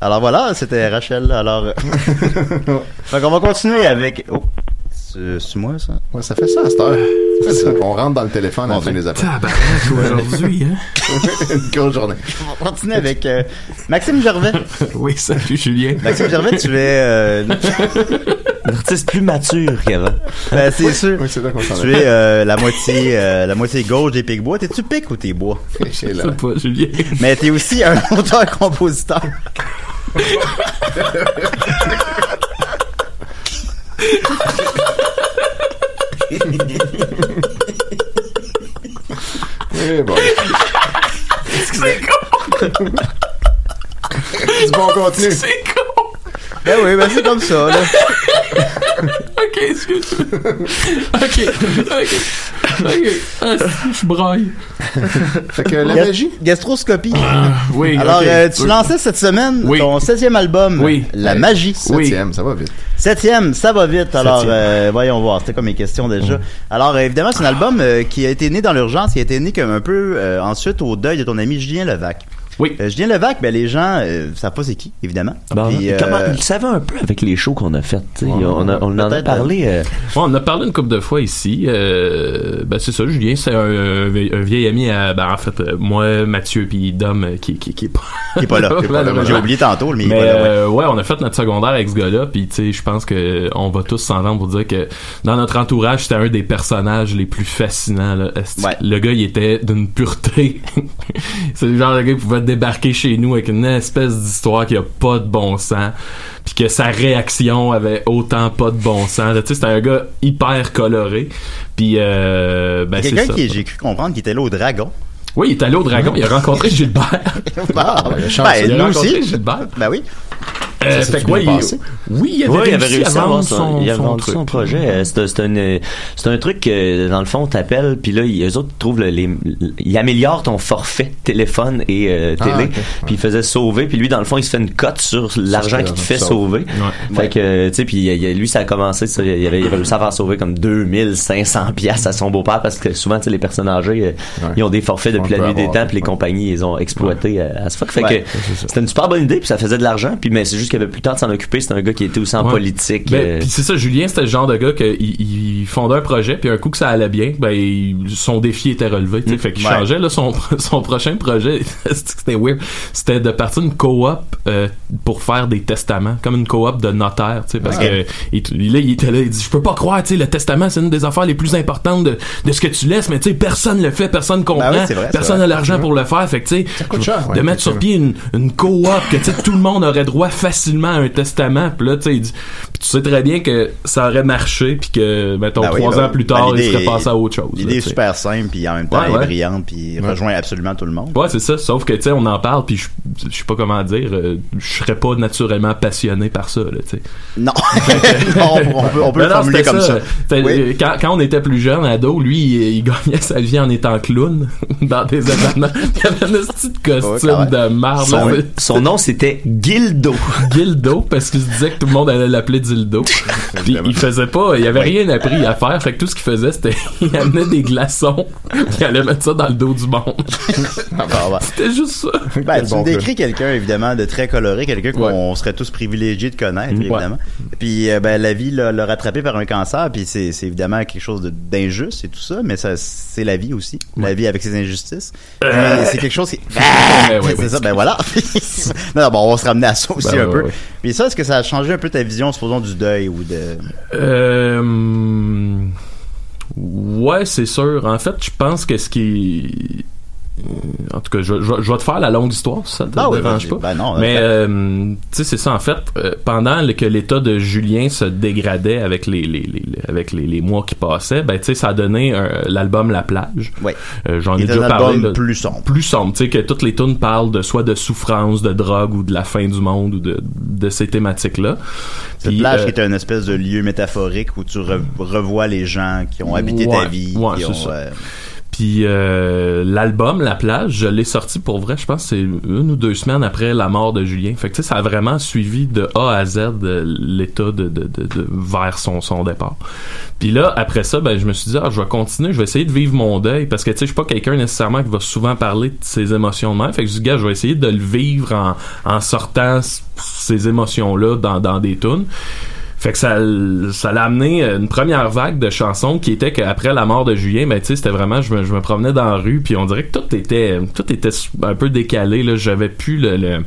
S6: Alors voilà, c'était Rachel. Alors, euh, donc on va continuer avec. Oh, c'est c'est moi ça.
S8: Ouais, ça fait ça à cette heure. Ça fait ça. On rentre dans le téléphone à la
S6: Bon,
S8: fin
S6: ben.
S8: des appels.
S9: Tabarnak aujourd'hui, hein?
S8: Une grosse journée.
S6: On va continuer avec euh, Maxime Gervais.
S9: Oui, salut Julien.
S6: Maxime Gervais, tu es, euh,
S7: Un artiste plus mature qu'avant.
S6: ben, c'est sûr.
S8: Oui, c'est là qu'on s'en
S6: Tu es euh, la moitié, euh, la moitié gauche des Pic-Bois. T'es-tu Pic ou t'es Bois?
S8: est. C'est là.
S9: Ça pas, Julien.
S6: Mais t'es aussi un auteur-compositeur.
S8: Eh bon. C'est Du bon contenu.
S9: C'est con!
S6: Ben oui, ben c'est comme ça, là.
S9: Ok, excuse-moi. ok, ok, ok. Ah, si, je braille.
S8: fait que la
S6: Gas-
S8: magie.
S6: Gastroscopie.
S9: oui,
S6: Alors,
S8: ok.
S6: euh, tu
S8: Ah, Oui.
S6: lançais cette semaine ton septième album, La
S8: Ouais.
S6: Magie.
S8: Septième, ça va vite.
S6: Septième, ça va vite. Alors,
S8: Septième.
S6: euh, voyons voir. C'était comme mes questions déjà. Alors, euh, évidemment, c'est un album euh, qui a été né dans l'urgence, qui a été né comme un peu euh, ensuite au deuil de ton ami Julien Levac.
S9: Oui.
S6: Julien Levac, ben, les gens euh, savent pas c'est qui, évidemment.
S7: Bon,
S6: Puis, euh,
S7: comment, il savait un peu avec les shows qu'on a fait. tu sais.
S9: Ouais,
S7: on a- on en a
S9: peut-être,
S7: parlé. euh,
S9: Ouais, on en a parlé une couple de fois ici. Euh, ben c'est ça, Julien, c'est un, un vieil- un vieil ami à ben, en fait euh, moi, Mathieu puis Dom euh, qui qui qui est pas,
S6: Qui est pas
S9: Oh,
S6: là, qui est pas là. J'ai oublié tantôt, mais il est pas là, ouais.
S9: euh, ouais, on a fait notre secondaire avec ce gars-là, puis tu sais, je pense que on va tous s'entendre pour dire que dans notre entourage, c'était un des personnages les plus fascinants. Là. Esti- Le gars, il était d'une pureté. C'est le genre de gars qui pouvait débarquer chez nous avec une espèce d'histoire qui a pas de bon sens, puis que sa réaction avait autant pas de bon sens. là. Tu sais, c'était un gars hyper coloré. Puis euh, ben, c'est
S6: quelqu'un
S9: ça.
S6: qui, j'ai cru comprendre, qui était là au Dragon.
S9: Oui, il est allé au Dragon, il a rencontré Gilbert.
S6: Ah, ben,
S9: le chanceux. Il a
S6: nous
S9: rencontré
S6: aussi.
S9: Gilbert.
S6: Ben oui.
S9: Euh,
S6: Ça s'est
S9: fait que
S6: bien
S9: ouais,
S6: passé.
S9: il- oui, il avait,
S7: Ouais,
S9: réussi, à
S7: avoir
S9: vendre
S7: son,
S9: son,
S7: il avait vendu
S9: truc.
S7: son projet. Euh, C'est c'est un, euh, c'est un truc que, dans le fond, t'appelles, puis là, les autres trouvent le- les, ils améliorent ton forfait téléphone et euh,
S6: Ah,
S7: télé,
S6: ok.
S7: puis il faisait sauver, puis lui, dans le fond, il se fait une cote sur l'argent
S6: que
S7: qu'il te fait
S6: sauve.
S7: sauver.
S6: Ouais.
S7: Fait
S6: Ouais.
S7: que, euh, tu sais, puis il- il- lui, ça a commencé, ça, il avait, il avait réussi à faire sauver comme 2500 pièces à son beau-père, parce que souvent, tu sais, les personnes âgées, euh, ils ont des forfaits
S6: On
S7: depuis la
S6: peut
S7: nuit des
S6: avoir,
S7: temps, puis les compagnies, ils ont exploité euh, à ce fuck. Fait
S6: Ouais.
S7: que c'était une super bonne idée, puis ça faisait de l'argent, puis mais c'est juste qu'il avait plus le temps de s'en occuper, c'était un gars qui était aussi en
S9: Ouais.
S7: politique.
S9: Ben,
S7: euh,
S9: puis c'est ça, Julien, c'était le genre de gars qui il, il fondait un projet, puis un coup que ça allait bien, ben, il- son défi était relevé. tu sais. Fait qu'il
S7: Ouais.
S9: changeait là, son, son prochain projet. c'était weird. C'était de partir une coop euh, pour faire des testaments, comme une coop de notaire. tu sais, Parce
S7: Ah.
S9: que il, il- là, il était là, il dit Je peux pas croire, tu sais, le testament, c'est une des affaires les plus importantes de, de ce que tu laisses, mais tu sais, personne le fait, personne comprend,
S6: Ben oui, c'est vrai, c'est
S9: personne
S6: vrai.
S9: a l'argent pour le faire. Fait que tu sais,
S6: coûte cher, ouais,
S9: de mettre sur
S6: effectivement.
S9: pied une, une coop que tu sais, tout le monde aurait droit facilement à un testament puis là tu sais il dit- puis tu sais très bien que ça aurait marché puis que mettons
S6: Ben oui,
S9: trois
S6: ben
S9: ans
S6: oui.
S9: plus tard
S6: Ben,
S9: il
S6: l'idée
S9: serait
S6: est-
S9: passé à autre chose là,
S6: L'idée est
S9: tu sais.
S6: super simple, puis en même temps,
S9: Ouais,
S6: elle
S9: ouais.
S6: est brillante, puis elle rejoint absolument tout le monde.
S9: ouais c'est ça sauf que tu sais on en parle puis je je sais pas comment dire euh, je serais pas naturellement passionné par ça là tu sais
S6: Non. on, on peut, on peut
S9: Non,
S6: le
S9: non,
S6: formuler
S9: c'était
S6: comme ça.
S9: C'était- euh, Quand, quand on était plus jeune, ado, lui, il, il gagnait sa vie en étant clown dans des événements. Il avait un petit costume de marbre.
S7: Son-
S9: là.
S7: son nom, c'était Gildo.
S9: Gildo, parce qu'il se disait que tout le monde allait l'appeler Dildo. Puis il faisait pas, il avait rien appris à faire. Fait que tout ce qu'il faisait, c'était il amenait des glaçons, puis il allait mettre ça dans le dos du monde. C'était juste ça.
S6: Ben, tu me décris quelqu'un, évidemment, de très coloré, quelqu'un qu'on serait tous privilégiés de connaître,
S9: Mm,
S6: évidemment. Puis, euh, ben, la vie l'a l'a rattrapé par un cancer, puis c'est c'est évidemment quelque chose de- d'injuste et tout ça, mais ça c'est la vie aussi. La vie avec ses injustices. Puis,
S10: Euh.
S6: C'est quelque chose qui...
S10: ouais, ouais,
S6: c'est
S10: ouais.
S6: ça, ben voilà. non, non, bon, on va se ramener à ça aussi
S9: Ben,
S6: un
S9: ouais,
S6: peu.
S9: ouais.
S6: Puis ça, est-ce que ça a changé un peu ta vision, supposons, du deuil ou de...
S9: Euh, ouais, c'est sûr. En fait, je pense que ce qui. En tout cas, je, je- je vais te faire la longue histoire, si ça te
S6: Ah oui,
S9: dérange
S6: vas-y.
S9: pas.
S6: Ben non,
S9: Mais
S6: en fait.
S9: Bah euh, tu sais, c'est ça. En fait, euh, pendant le- que l'état de Julien se dégradait avec les, les- les- les- avec les, les mois qui passaient, ben tu sais, ça a donné euh, l'album La Plage. Euh, J'en
S6: Il
S9: ai
S6: était
S9: déjà
S6: un
S9: parlé.
S6: album
S9: là.
S6: plus sombre.
S9: Plus sombre, tu sais, que toutes les tunes parlent de soit de souffrance, de drogue ou de la fin du monde ou de, de ces thématiques-là.
S6: Cette
S9: Puis,
S6: plage
S9: euh,
S6: qui est un espèce de lieu métaphorique où tu re- revois les gens qui ont habité ta
S9: Ouais,
S6: vie.
S9: ouais,
S6: qui
S9: c'est
S6: ont,
S9: ça.
S6: euh,
S9: Puis euh, l'album, La Plage, je l'ai sorti pour vrai, je pense que c'est une ou deux semaines après la mort de Julien. Fait que tu sais, ça a vraiment suivi de A à Z euh, l'état de, de, de- de- vers son, son départ. Puis là, après ça, ben, je me suis dit, ah, je vais continuer, je vais essayer de vivre mon deuil parce que tu sais, je suis pas quelqu'un nécessairement qui va souvent parler de ses émotions de même. Fait que je me suis dit, gars, je vais essayer de le vivre en, en sortant c- ces émotions-là dans, dans des tunes. Fait que ça, l- ça l'a amené euh, une première vague de chansons qui était qu'après la mort de Julien, ben tu sais, c'était vraiment, je me, je me promenais dans la rue, puis on dirait que tout était, tout était s- un peu décalé, là, j'avais plus le... le-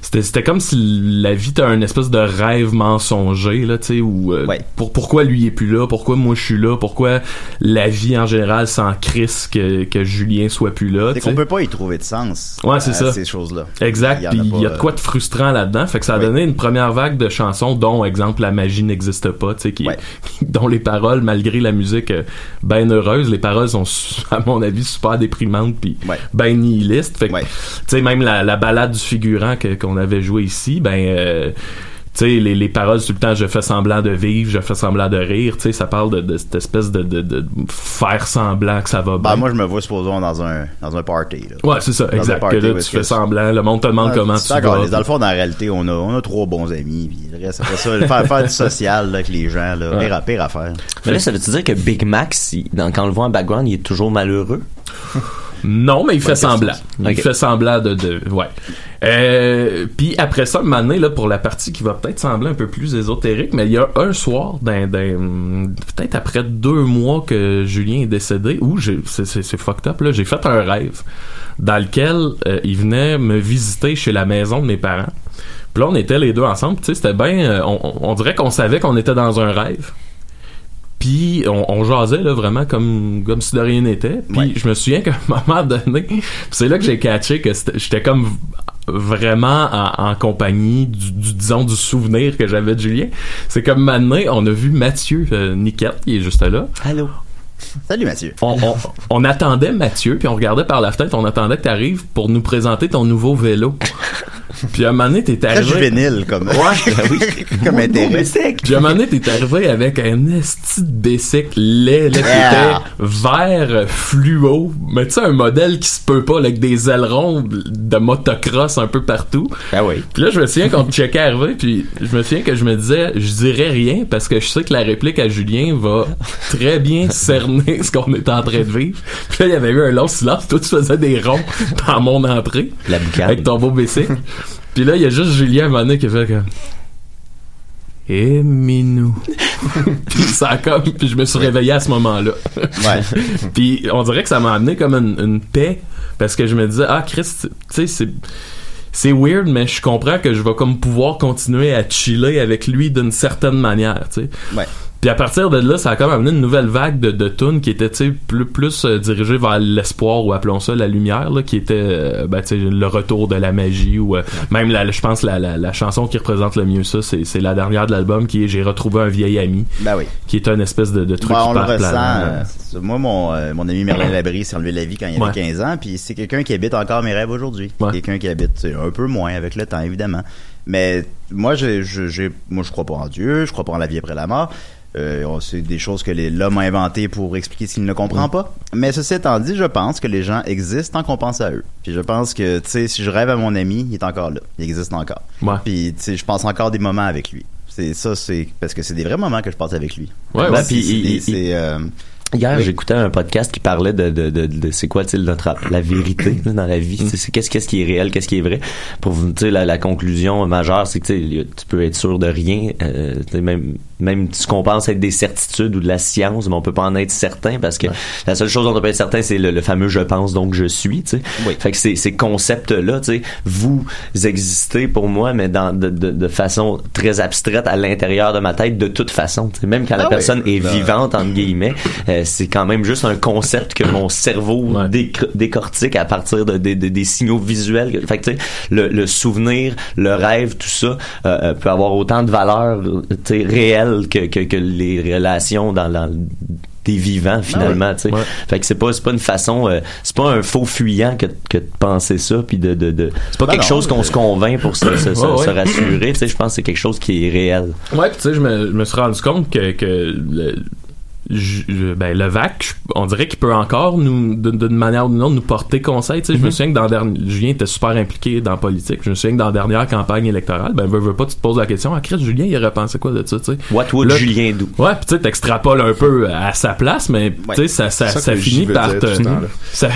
S9: C'était, c'était comme si la vie était un espèce de rêve mensonger, là, tu sais, où euh, pour, pourquoi lui est plus là, pourquoi moi je suis là, pourquoi la vie en général s'en crisse que, que Julien soit plus là.
S6: C'est
S9: tu sais.
S6: qu'on peut pas y trouver de sens
S9: Ouais,
S6: à
S9: c'est ça.
S6: ces choses-là.
S9: Exact.
S6: Il y en a
S9: Puis il y a
S6: pas,
S9: de quoi de frustrant là-dedans. Fait que ça a donné une première vague de chansons dont, exemple, la magie n'existe pas, tu sais, qui, dont les paroles, malgré la musique euh, ben heureuse, les paroles sont, su- à mon avis, super déprimantes puis ben nihilistes. Fait que, tu sais, même la, la balade du figurant que- qu'on avait joué ici, ben, euh, tu sais, les, les paroles tout le temps, je fais semblant de vivre, je fais semblant de rire, tu sais, ça parle de, de cette espèce de, de, de faire semblant que ça va bien.
S6: Ben, moi, je me vois, supposons, dans un, dans un party. là.
S9: Ouais, c'est ça,
S6: Dans un
S9: exact.
S6: party
S9: que là,
S6: où est-ce
S9: tu fais
S6: que-
S9: semblant, le monde te demande
S6: Ah,
S9: comment
S6: c'est
S9: tu
S6: d'accord,
S9: vas.
S6: les- Dans le fond, dans la réalité, on a, on a trois bons amis. Puis le reste, après ça, le faire, faire du social là, avec les gens, là,
S7: Ouais.
S6: pire, à, pire affaire.
S7: Mais là, ça veut-tu dire que Big Max, il- dans- quand on le voit en background, il est toujours malheureux?
S9: Non, mais il fait
S7: Bonne question,
S9: semblant.
S7: ça.
S9: Il
S7: Ok.
S9: fait semblant de, de ouais. Euh, puis après ça, maintenant là pour la partie qui va peut-être sembler un peu plus ésotérique, mais il y a un soir, d'un, d'un- peut-être après deux mois que Julien est décédé, où j'ai, c'est, c'est, c'est fucked up là, j'ai fait un rêve dans lequel euh, il venait me visiter chez la maison de mes parents. Puis là, on était les deux ensemble. Tu sais, c'était bien. euh, on- on- on dirait qu'on savait qu'on était dans un rêve. Puis on, on jasait là vraiment comme comme si de rien n'était. Euh, Puis je me souviens qu'à un moment donné, puis c'est là que j'ai catché que c'était- j'étais comme v- vraiment en, en compagnie du, du- disons du souvenir que j'avais de Julien. C'est comme maintenant on a vu Mathieu euh, Niquette qui est juste là.
S6: Allô. Salut Mathieu.
S9: On, on- on attendait Mathieu puis on regardait par la fenêtre, on attendait que tu arrives pour nous présenter ton nouveau vélo. puis à un moment donné t'es
S6: Très
S9: arrivé.
S6: juvénile comme,
S9: Ouais, ben oui.
S6: comme intérêt.
S9: Puis à un moment donné, t'es arrivé avec un esti de bicycle laid, là, qui
S6: Yeah.
S9: était vert euh, fluo. Mais tu sais, un modèle qui se peut pas, là, avec des ailerons de motocross un peu partout.
S6: Ah oui.
S9: Puis là, je me souviens qu'on te checkait arriver, puis je me souviens que je me disais, je dirais rien, parce que je sais que la réplique à Julien va très bien cerner ce qu'on est en train de vivre. Puis là, il y avait eu un long silence. Toi, tu faisais des ronds dans mon entrée.
S7: La boucane.
S9: Avec ton beau bicycle. Puis là, il y a juste Julien à un moment donné qui fait comme... Et minou. puis ça a comme, puis je me suis réveillé à ce moment-là.
S6: Ouais.
S9: puis on dirait que ça m'a amené comme une, une paix parce que je me disais ah Chris, tu sais c'est c'est weird mais je comprends que je vais comme pouvoir continuer à chiller avec lui d'une certaine manière, tu sais.
S6: Ouais.
S9: Puis à partir de là, ça a comme amené une nouvelle vague de, de tunes qui était tu sais, plus, plus euh, dirigée vers l'espoir ou appelons ça la lumière, là, qui était euh, ben, tu sais, le retour de la magie ou euh, même la- je pense la, la, la chanson qui représente le mieux ça, c'est c'est la dernière de l'album qui est J'ai retrouvé un vieil ami,
S6: Ben oui.
S9: qui est un espèce de, de truc
S6: Ouais, on le
S9: hyper
S6: ressent.
S9: planant.
S6: euh, c'est ça. Moi, mon, euh, mon ami Merlin Labrie s'est enlevé la vie quand il avait
S9: Ouais.
S6: 15 ans, puis c'est quelqu'un qui habite encore mes rêves aujourd'hui. Quelqu'un qui habite tu sais, un peu moins avec le temps, évidemment. Mais moi, j'ai, je- j'ai, moi, je crois pas en Dieu, je crois pas en la vie après la mort. Euh, on- c'est des choses que les- l'homme a inventées pour expliquer ce qu'il ne comprend pas. Mais ceci étant dit, je pense que les gens existent tant qu'on pense à eux. Puis je pense que, tu sais, si je rêve à mon ami, il est encore là. Il existe encore. Puis, tu sais, je passe encore des moments avec lui. C'est ça, c'est parce que c'est des vrais moments que je passe avec lui.
S7: Ouais,
S6: Ben,
S7: ouais,
S6: c'est-
S7: puis
S6: c'est
S7: il- Ah,
S6: des-
S7: il-
S6: c'est, euh,
S7: Hier,
S6: oui.
S7: j'écoutais un podcast qui parlait de, de, de, de- c'est quoi tu sais, notre la vérité là, dans la vie. C'est- C'est qu'est-ce qu'est-ce qui est réel, qu'est-ce qui est vrai. Pour vous dire la, la conclusion majeure, c'est que tu sais, il y a- tu peux être sûr de rien, euh, tu sais, même même ce qu'on pense être des certitudes ou de la science, mais on peut pas en être certain parce que la seule chose dont on peut être certain, c'est le, le fameux je pense donc je suis. tu sais. Fait que ces, ces concepts là, tu sais, vous existez pour moi, mais dans de, de, de façon très abstraite à l'intérieur de ma tête, de toute façon. tu sais. Même quand la
S6: Ah oui.
S7: personne est
S6: Ben,
S7: vivante vivante, entre guillemets, euh, c'est quand même juste un concept que mon cerveau décr- décortique à partir de, de- de- des signaux visuels. que- Fait que, tu sais, le, le souvenir, le rêve, tout ça euh, euh, peut avoir autant de valeur euh, tu sais, réelle que, que, que les relations dans, dans des vivants finalement tu sais. fait que c'est pas c'est pas une façon euh, c'est pas un faux fuyant que, que de penser ça puis de, de, de- c'est pas
S9: Ben
S7: quelque
S9: non,
S7: chose qu'on
S9: mais-
S7: se convainc pour se, se, se-
S9: Ouais, ouais.
S7: se rassurer tu sais je pense que c'est quelque chose qui est réel
S9: Ouais, pis tu sais, je me, je me suis rendu compte que, que le, je- je- ben, le VAC, je- on dirait qu'il peut encore nous, d'une d'une manière ou d'une autre, nous porter conseil. Tu sais, je me
S7: Mhm.
S9: souviens que dans la dernière, Julien était super impliqué dans la politique. Je me souviens que dans la dernière campagne électorale, ben, veux, veux pas, tu te poses la question, ah, Chris, Julien, il aurait pensé quoi de ça, tu sais?
S7: What would
S9: Là,
S7: Julien do?
S9: Ouais, pis tu sais, t'extrapoles un peu à sa place, mais, tu sais, ça, ça,
S7: C'est ça
S9: ça,
S7: que j'y
S9: finit
S7: veux
S9: par
S7: dire
S9: te,
S7: tout ce temps-là.
S9: ça,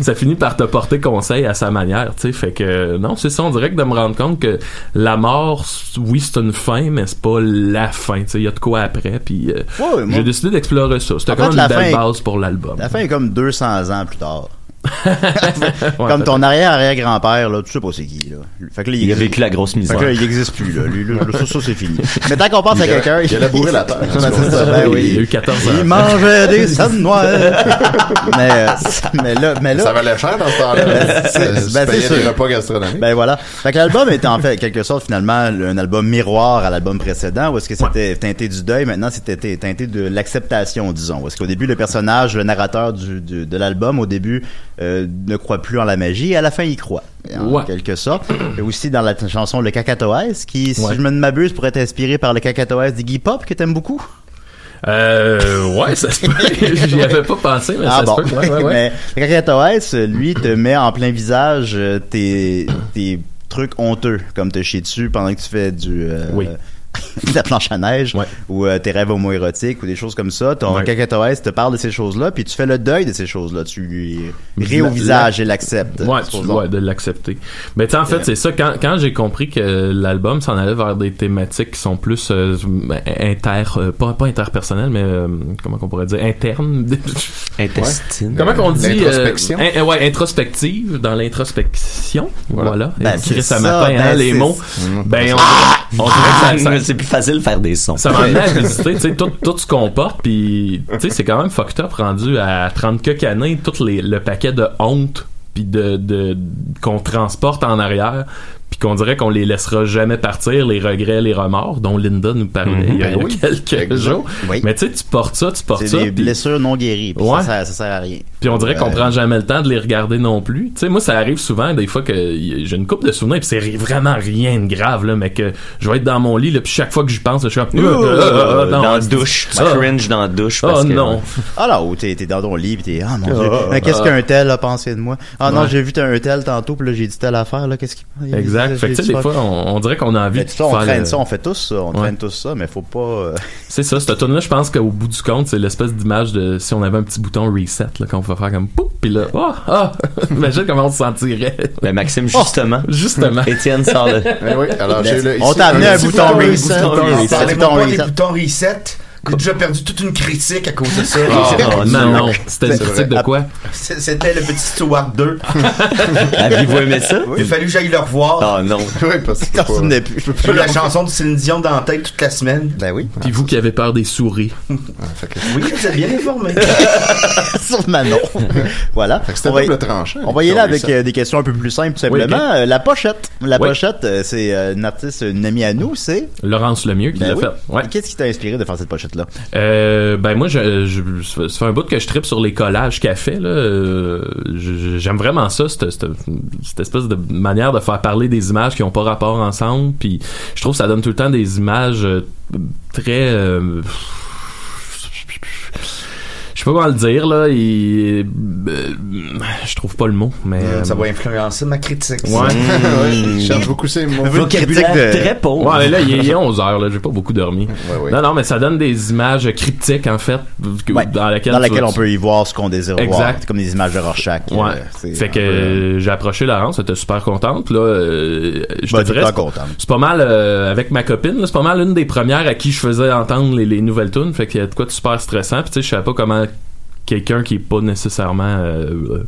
S9: ça finit par te porter conseil à sa manière, tu sais. Fait que, euh, non, c'est ça, on dirait que de me rendre compte que la mort, c- oui, c'est une fin, mais c'est pas la fin, tu sais. Il y a de quoi après, puis euh,
S6: Ouais, moi-
S9: j'ai décidé d'explorer ça. C'était
S6: En
S9: comme
S6: fait,
S9: une
S6: la
S9: belle
S6: fin-
S9: base pour l'album.
S6: La fin est comme 200 ans plus tard. comme
S9: peut-être.
S6: ton arrière-arrière-grand-père, là, tu sais pas c'est qui, là. Fait que là,
S7: Il a vécu la grosse misère.
S6: Fait que là, il existe plus, là. Lui, là, ça, ça, c'est fini. Mais tant qu'on pense à
S8: Il a-
S6: quelqu'un.
S8: il a labouré la terre.
S6: Ouais, c'est ça, ben oui.
S9: Il a eu 14 ans.
S6: Il mangeait des sommes noires. mais, euh, mais là, mais là.
S8: Ça valait cher dans ce temps-là.
S6: Ben, c'est-
S8: Euh, tu
S6: ben,
S8: payais
S6: c'est
S8: des
S6: sûr.
S8: repas gastronomiques.
S6: Ben voilà. Fait que l'album était en fait, quelque sorte, finalement, un album miroir à l'album précédent, où est-ce que c'était teinté du deuil, maintenant c'était teinté de l'acceptation, disons. Où est-ce qu'au début, le personnage, le narrateur du, du- de l'album, au début, euh, euh, ne croit plus en la magie, et à la fin, il croit. hein, En quelque sorte. Et aussi dans la t- chanson Le Cacatoès, qui, si
S9: Ouais.
S6: je me ne m'abuse, pourrait être inspiré par le Cacatoès d'Iggy Pop, que t'aimes beaucoup.
S9: Euh, ouais, ça se peut. J'y avais pas pensé, mais ça se peut. Ouais, ouais, ouais.
S6: Ah Mais le Cacatoès, lui, te met en plein visage euh, tes, tes trucs honteux, comme te chier dessus pendant que tu fais du... euh, de la planche à neige ou euh, tes rêves homoérotiques ou des choses comme ça ton
S9: Ouais.
S6: cacatoès te parle de ces choses-là puis tu fais le deuil de ces choses-là tu lui ris
S9: La-
S6: au
S9: la-
S6: visage et l'acceptes
S9: Ouais, tu
S6: supposons.
S9: ouais, de l'accepter. Mais tu sais, en fait,
S6: Yeah.
S9: c'est ça. Quand, quand j'ai compris que l'album s'en allait vers des thématiques qui sont plus euh, inter, euh, pas, pas interpersonnelles, mais euh, comment qu'on pourrait dire internes,
S7: Intestine.
S9: Ouais. Comment qu'on dit euh,
S7: L'introspection.
S9: in- euh, ouais, introspective dans l'introspection. Voilà.
S7: Ben,
S9: Et
S7: c'est
S9: Chris, ça
S7: ça,
S9: m'atteint, hein,
S7: ben,
S9: les
S7: c'est-
S9: mots.
S7: Mm.
S9: Ben on,
S7: Ah!
S9: on dirait que ça-
S7: Ah!
S9: ça-
S7: C'est plus facile de faire des sons.
S9: ça m'a amené à visiter, tu sais, tout, tout ce qu'on porte, puis tu sais, c'est quand même fucked up rendu à 30 quelques années, tout les, le paquet de honte, puis de, de- qu'on transporte en arrière, puis qu'on dirait qu'on les laissera jamais partir, les regrets, les remords, dont Linda nous parlait il y a,
S6: Ben oui.
S9: quelques
S6: Exact.
S9: jours.
S6: Oui.
S9: Mais tu sais, tu portes ça, tu portes
S6: c'est
S9: ça.
S6: des
S9: puis-
S6: blessures non guéries puis
S9: Ouais.
S6: ça, sert- ça sert à rien
S9: puis on dirait qu'on
S6: Ouais.
S9: prend jamais le temps de les regarder non plus. Tu sais, moi, ça arrive souvent, des fois, que y- j'ai une coupe de souvenirs, puis c'est ri- vraiment rien de grave, là, mais que je vais être dans mon lit, là, puis chaque fois que j'y pense, là, je suis comme...
S7: Euh,
S9: Ah, ah, ah, non,
S7: dans la
S9: c'est-
S7: douche. Tu
S9: Ah.
S7: cringe dans la douche.
S6: Oh,
S9: Ah,
S7: parce que-
S9: non.
S6: alors où t'es t'es dans ton lit pis t'es ah mon dieu
S7: Ah,
S6: mais qu'est-ce
S7: ah.
S6: qu'un tel a pensé de moi ah non
S9: Oh. Ouais.
S6: j'ai vu un tel tantôt puis là j'ai dit telle affaire là qu'est-ce
S7: euh,
S6: qu'il
S9: Exact. Fait que tu sais, des fois, on, on dirait qu'on a envie
S6: Mais
S9: de
S6: tout ça, on
S9: faire
S6: traîne
S9: le-
S6: ça, on fait tous ça, on
S9: Ouais.
S6: traîne tous ça, mais faut pas. euh,
S9: C'est ça, cette tune là je pense qu'au bout du compte, c'est l'espèce d'image de si on avait un petit bouton reset, là, qu'on va faire comme pouf, pis là, ah, ah, imagine comment on se sentirait.
S7: Ben, Maxime, justement.
S9: Oh, justement.
S7: Étienne sort le.
S8: Ben oui, alors, j'ai le-
S7: On t'a amené un bouton reset.
S10: Bouton reset. Parlez-moi
S7: Bouton
S10: pas des
S7: reset.
S10: boutons reset. J'ai déjà perdu toute une critique à cause de ça.
S9: Ah, non, non, c'était une critique de quoi?
S10: C'est- C'était le petit Stewart 2.
S6: Ah,
S7: Aviez-vous aimé ça?
S10: Il a fallu que j'aille le revoir.
S7: Ah non.
S10: Oui, parce que
S6: Personne n'est plus.
S10: J'ai eu la chanson de Céline Dion dans la tête toute la semaine.
S6: Ben oui.
S9: Puis vous qui avez peur des souris.
S10: Oui, vous êtes bien informé.
S6: Sur Manon. voilà.
S8: c'était
S6: On va y-
S8: double tranchant,
S6: On va y aller
S8: Victor
S6: avec
S8: Lucet.
S6: euh, des questions un peu plus simples, tout
S9: Oui,
S6: simplement.
S9: ok.
S6: Euh, La pochette. La
S9: Oui.
S6: pochette, euh, c'est euh, une artiste, une amie à nous, c'est.
S9: Laurence Lemieux qui
S6: Ben
S9: l'a
S6: oui.
S9: fait. Ouais.
S6: Qu'est-ce qui t'a inspiré de faire cette pochette-là?
S9: Euh, ben moi, je, je, ça fait un bout que je tripe sur les collages qu'elle fait. Là. Euh, je- je- J'aime vraiment ça, cette, cette, cette espèce de manière de faire parler des images qui ont pas rapport ensemble. Puis je trouve que ça donne tout le temps des images euh, très... euh, je sais pas comment le dire là, il- euh, je trouve pas le mot, mais
S10: Euh, Ça
S9: euh,
S10: va influencer ma critique. ça.
S9: Ouais.
S7: Mm.
S8: Ouais, je cherche beaucoup ces mots. Vocabulaire très pauvre.
S9: Ouais, mais là, il est- il est 11 h là, j'ai pas beaucoup dormi. Non, non, mais ça donne des images cryptiques, en fait, que-
S6: Ouais.
S9: dans lesquelles,
S6: Dans
S9: tu-
S6: laquelle on
S9: tu-
S6: peut y voir ce qu'on désire
S9: Exact.
S6: voir. C'est comme des images de Rorschach.
S9: Ouais.
S6: euh, c'est
S9: fait
S6: un
S9: que
S6: peu, euh,
S9: euh, j'ai approché Laurence, elle était super contente. Là, euh, je
S6: Ben,
S9: te
S6: t'es
S9: dirais,
S6: pas
S9: c'est pas-
S6: contente.
S9: c'est pas mal euh, avec ma copine, là, c'est pas mal une des premières à qui je faisais entendre les, les nouvelles tunes. Fait qu'il y a de quoi de super stressant. Puis tu sais, je savais pas comment quelqu'un qui est pas nécessairement euh, euh,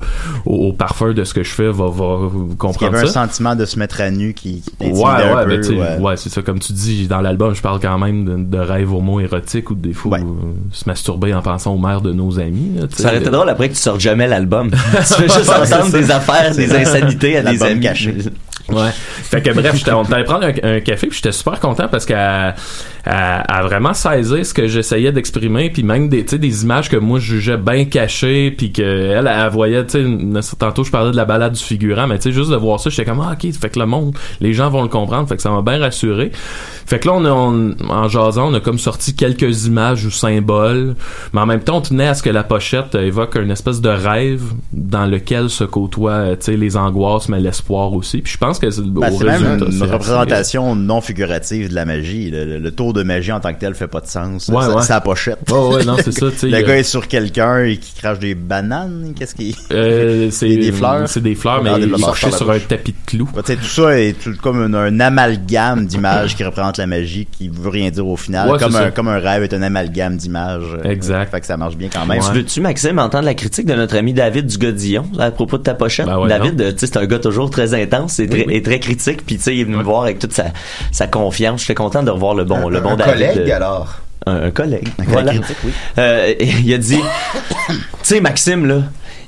S9: au, au parfum de ce que je fais va, va
S6: Il y
S9: comprendre
S6: avait un
S9: ça.
S6: sentiment de se mettre à nu qui, qui
S9: Ouais,
S6: t'intimidait un
S9: ouais,
S6: peu,
S9: ben, tu sais,
S6: ouais.
S9: ouais, c'est ça. Comme tu dis, dans l'album, je parle quand même de, de rêves homo-érotiques ou de des fois euh, se masturber en pensant aux mères de nos amis. là, tu sais.
S7: Ça aurait été drôle après que tu sortes jamais l'album. tu fais juste
S9: Ouais,
S7: entendre
S9: c'est ça.
S7: des affaires, des
S9: C'est
S7: insanités à des
S9: l'album
S7: amis.
S9: caché. Ouais. Fait que bref, j'étais- on est allé prendre un, un café, puis j'étais super content parce qu'elle a, vraiment saisi ce que j'essayais d'exprimer, puis même des, tu sais, des images que moi je jugeais bien cachées, puis qu'elle, elle voyait, tu sais, une- tantôt je parlais de la balade du figurant, mais tu sais, juste de voir ça, j'étais comme, ah, ok, fait que le monde, les gens vont le comprendre, fait que ça m'a bien rassuré. Fait que là, on, a- on- en jasant, on a comme sorti quelques images ou symboles, mais en même temps, on tenait à ce que la pochette euh, évoque une espèce de rêve dans lequel se côtoient, euh, tu sais, les angoisses, mais l'espoir aussi. Puis je pense que c'est
S6: Ben,
S9: au
S6: c'est même
S9: résultat,
S6: une,
S9: c'est assez-
S6: représentation non figurative de la magie. Le, le- le tour de magie en tant que tel fait pas de sens.
S9: Ouais,
S6: ça,
S9: ouais.
S6: ça pochette.
S9: Ouais, ouais, non, c'est ça, tu sais,
S6: le
S9: euh,
S6: gars est sur quelqu'un et qui crache des bananes. Qu'est-ce qu'il.
S9: Euh, c'est
S6: Des- des fleurs.
S9: C'est des fleurs, mais
S6: Ah, des
S9: il
S6: fleurs
S9: est
S6: par
S9: couché
S6: la
S9: sur un
S6: bouche.
S9: tapis de clous.
S6: Ouais, tu sais, tout ça est tout comme un, un amalgame d'images qui représentent la magie qui veut rien dire au final.
S7: Ouais,
S6: comme,
S7: c'est
S6: un,
S7: ça.
S6: comme un rêve est un amalgame d'images. Exact. Fait que ça marche bien quand même.
S7: Tu veux-tu, Maxime, entendre la critique de notre ami David Dugodillon là, à propos de ta pochette?
S6: Ben ouais,
S7: David, euh, tu sais, c'est un gars toujours très intense et très, et très critique, puis tu sais, il est venu me voir avec toute sa, sa confiance. J'étais content de revoir le bon, le bon
S10: un
S7: David.
S10: collègue,
S7: euh,
S10: alors.
S7: Un, un collègue. voilà. Euh, il a dit, tu sais, Maxime, là,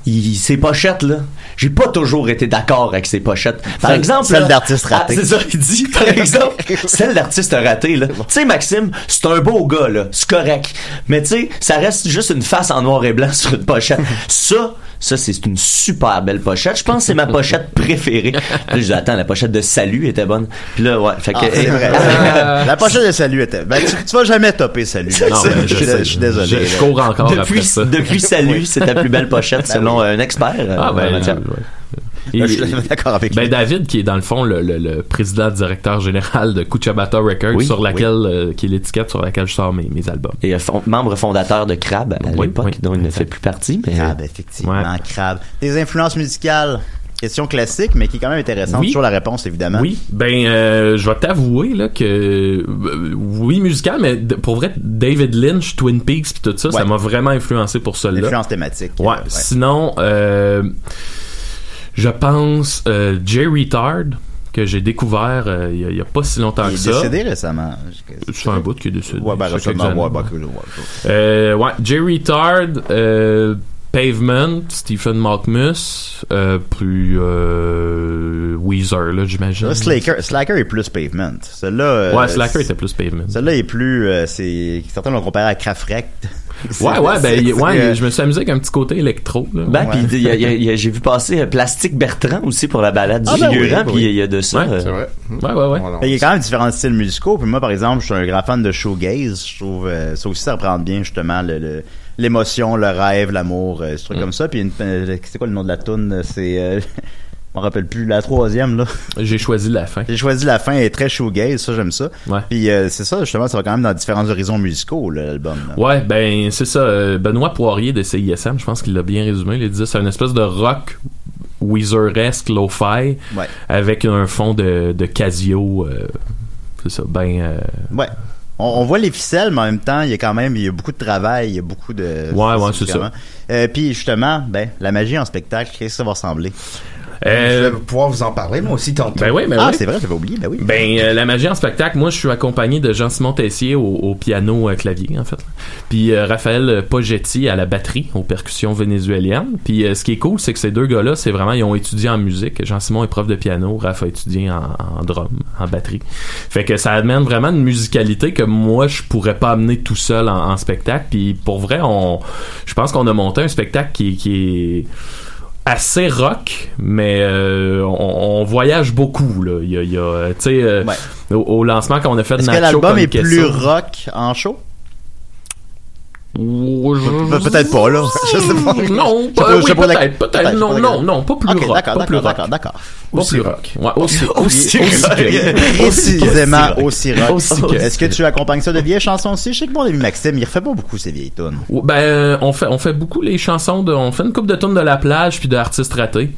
S7: il, ses pochettes, là, j'ai pas toujours été d'accord avec ses pochettes. Par
S6: Celle-
S7: exemple,
S6: celle
S7: là-
S6: d'artiste raté.
S7: Ah, c'est ça qu'il dit. Par exemple, celle d'artiste raté, là. Tu sais, Maxime, c'est un beau gars, là. C'est correct. Mais tu sais, ça reste juste une face en noir et blanc sur une pochette. Ça, ça, c'est une super belle pochette. Je pense que c'est ma pochette préférée. Puis je dis, attends, la pochette de salut était bonne. Puis là, ouais. Fait que,
S6: Ah, c'est vrai. La pochette de salut était. Ben, tu, tu vas jamais topper salut.
S7: C'est ça.
S6: je, suis- je suis désolé.
S7: Je-
S6: là.
S7: je cours encore Depuis- après ça. depuis Salut, c'est ta plus belle pochette, selon, euh, un expert, euh,
S9: Ah, ben,
S7: en matière.
S9: ouais.
S7: Ben, je suis
S6: d'accord avec
S9: ben David, qui est dans le fond le, le- le président directeur général de Kuchabata Records,
S7: Oui,
S9: sur laquelle, euh, qui est l'étiquette sur laquelle je sors mes, mes albums.
S7: Et euh, fond- membre fondateur de Crab à l'époque, dont il ne fait plus partie. Mais... euh,
S6: Crab, effectivement, Crab. Des influences musicales. Question classique, mais qui est quand même intéressante.
S9: Oui.
S6: Toujours la réponse, évidemment.
S9: Oui, ben euh, je vais t'avouer là que euh, oui musical, mais d- pour vrai David Lynch, Twin Peaks puis tout ça, ça
S6: Ouais.
S9: m'a vraiment influencé pour cela.
S6: L'influence thématique.
S9: Ouais. Sinon, euh, je pense euh, Jerry Tard que j'ai découvert euh, il y a- il y, a pas si longtemps
S6: Il
S9: que ça.
S6: est décédé récemment.
S9: C'est un bout qui est décédé.
S6: Ouais, ben,
S9: Ça fait
S6: récemment,
S9: quelques
S6: ouais,
S9: années.
S6: ben, que- ouais.
S9: Euh, ouais, Jerry Tard, euh, Pavement, Stephen Malkmus, euh, puis euh, Weezer, là, j'imagine.
S6: Là, Slacker, Slacker est plus pavement. Celui-là. euh,
S9: Ouais, Slacker était plus pavement.
S6: Celui-là est plus. euh, c'est certains l'ont comparé à Kraftwerk.
S9: Ouais, ouais, ben, il- ouais,
S6: euh,
S9: je me suis amusé avec un petit côté électro, là.
S7: Ben,
S9: Ouais.
S7: puis il y a- il y a- il y a- j'ai vu passer euh, Plastique Bertrand aussi pour la balade du
S6: Ah, ben oui,
S7: figurant,
S6: ben
S7: puis
S6: oui.
S7: il y a de ça.
S6: Ouais,
S7: euh,
S6: c'est vrai.
S8: Hum.
S9: Ouais, ouais, ouais.
S6: Fait qu'il Ben, y a quand même différents styles musicaux. Puis moi, par exemple, je suis un grand fan de shoegaze. Je trouve euh, ça aussi, ça reprend bien justement le- le- l'émotion, le, rêve, l'amour, euh,
S9: Mm.
S6: ce truc comme ça. Puis une- euh, c'est quoi le nom de la tune C'est euh, je me rappelle plus la troisième là.
S9: J'ai choisi la fin.
S6: J'ai choisi la fin. Elle est très shoegaze. Ça, j'aime ça. Puis euh, c'est ça justement, ça va quand même dans différents horizons musicaux là, l'album. là.
S9: Ouais, ben, c'est ça. euh, Benoît Poirier de CISM, je pense qu'il l'a bien résumé. Il disait c'est une espèce de rock Weezer-esque, lo-fi,
S6: Ouais.
S9: avec un fond de, de Casio. euh, c'est ça, ben. euh,
S6: Ouais. On, on voit les ficelles, mais en même temps, il y a quand même il y a beaucoup de travail, il y a beaucoup de.
S9: Ouais, ouais, c'est
S6: vraiment.
S9: ça.
S6: Euh, puis justement, ben, la magie en spectacle, qu'est-ce que ça va ressembler?
S9: Euh,
S10: Je vais pouvoir vous en parler, moi aussi, tantôt.
S9: Ben oui, ben
S6: ah,
S9: oui.
S6: c'est vrai, j'avais oublié, ben oui.
S9: Ben, euh, la magie en spectacle, moi, je suis accompagné de Jean-Simon Tessier au, au piano euh, clavier, en fait. Puis euh, Raphaël Pogetti à la batterie, aux percussions vénézuéliennes. Puis euh, ce qui est cool, c'est que ces deux gars-là, c'est vraiment, ils ont étudié en musique. Jean-Simon est prof de piano, Raph a étudié en, en drum, en batterie. Fait que ça amène vraiment une musicalité que moi, je pourrais pas amener tout seul en, en spectacle. Puis pour vrai, on, je pense qu'on a monté un spectacle qui, qui est assez rock, mais euh, on, on voyage beaucoup. Là. Il y a, il y a, euh, tu sais, euh, au, au lancement qu'on a fait de
S6: Est-ce que
S9: Nacho
S6: l'album
S9: comme
S6: est
S9: question-
S6: plus rock en show? Pe- Peut-être pas, là. Je sais pas.
S9: Oh, Non,
S6: Je sais pas,
S9: euh,
S6: je
S9: oui,
S6: sais
S9: peut-être,
S6: pas, d'accord.
S9: peut-être,
S6: Peut-être,
S9: non,
S6: peut-être.
S9: non, non, pas plus
S6: Ok,
S9: rock,
S6: D'accord,
S9: pas plus
S6: d'accord,
S9: rock.
S6: d'accord,
S9: Pas
S6: d'accord.
S9: plus rock. Ouais, aussi, aussi, aussi, que-
S6: Aussi aisément,
S9: que-
S6: aussi rock.
S9: Aussi que-
S6: Est-ce que tu accompagnes ça de vieilles chansons aussi? Je sais que mon ami Maxime, il refait pas beaucoup ses vieilles tunes.
S9: Ouais, Ben, euh, on fait, on fait beaucoup les chansons de, on fait une coupe de tunes de la plage puis d'artistes ratés.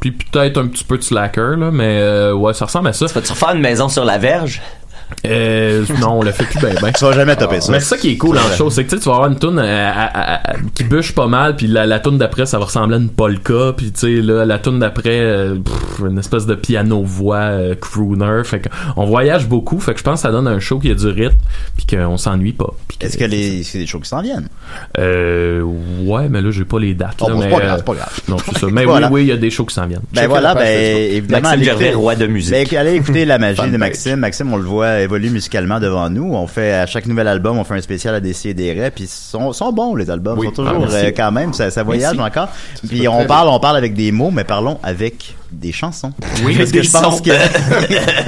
S9: Puis peut-être un petit peu de slacker, là, mais euh, ouais, ça ressemble à ça. Tu
S7: vas-tu refaire une maison sur la verge?
S9: Euh, non, on le fait plus bien, ben.
S6: Tu vas jamais taper ça.
S9: Mais c'est ça qui est cool
S6: C'est
S9: en
S6: vrai.
S9: show, c'est que tu sais, tu vas avoir une toune euh, à- à- à- qui bûche pas mal, puis la, la toune d'après, ça va ressembler à une polka, puis tu sais, là, la toune d'après, euh, pff, une espèce de piano-voix euh, crooner. Fait qu'on voyage beaucoup, fait que je pense que ça donne un show qui a du rythme, puis qu'on s'ennuie pas.
S6: Est-ce que les, c'est des shows qui s'en viennent?
S9: Euh, ouais, mais là, j'ai pas les
S8: Ah,
S9: dates.
S6: Oh,
S9: là,
S6: bon, c'est
S9: mais,
S6: pas grave,
S9: euh,
S6: c'est pas grave.
S9: Non, c'est ça. Mais
S6: Voilà.
S9: oui, oui, il y a des shows qui s'en viennent.
S6: Ben voilà, ben évidemment. allez écouter- Ben, allez écouter la magie de Maxime. Maxime, on le voit évoluer musicalement devant nous. On fait à chaque nouvel album, on fait un spécial à des des rêves. Puis ils sont, sont bons les albums,
S10: Oui.
S6: ils sont toujours
S10: Ah, merci.
S6: euh, quand même. Ça, ça voyage
S10: Merci.
S6: encore. Puis
S10: pas
S6: on
S10: très
S6: parle, on parle avec des mots, mais parlons avec des chansons.
S10: Oui,
S6: parce que
S10: des
S6: je pense
S10: sons.
S6: que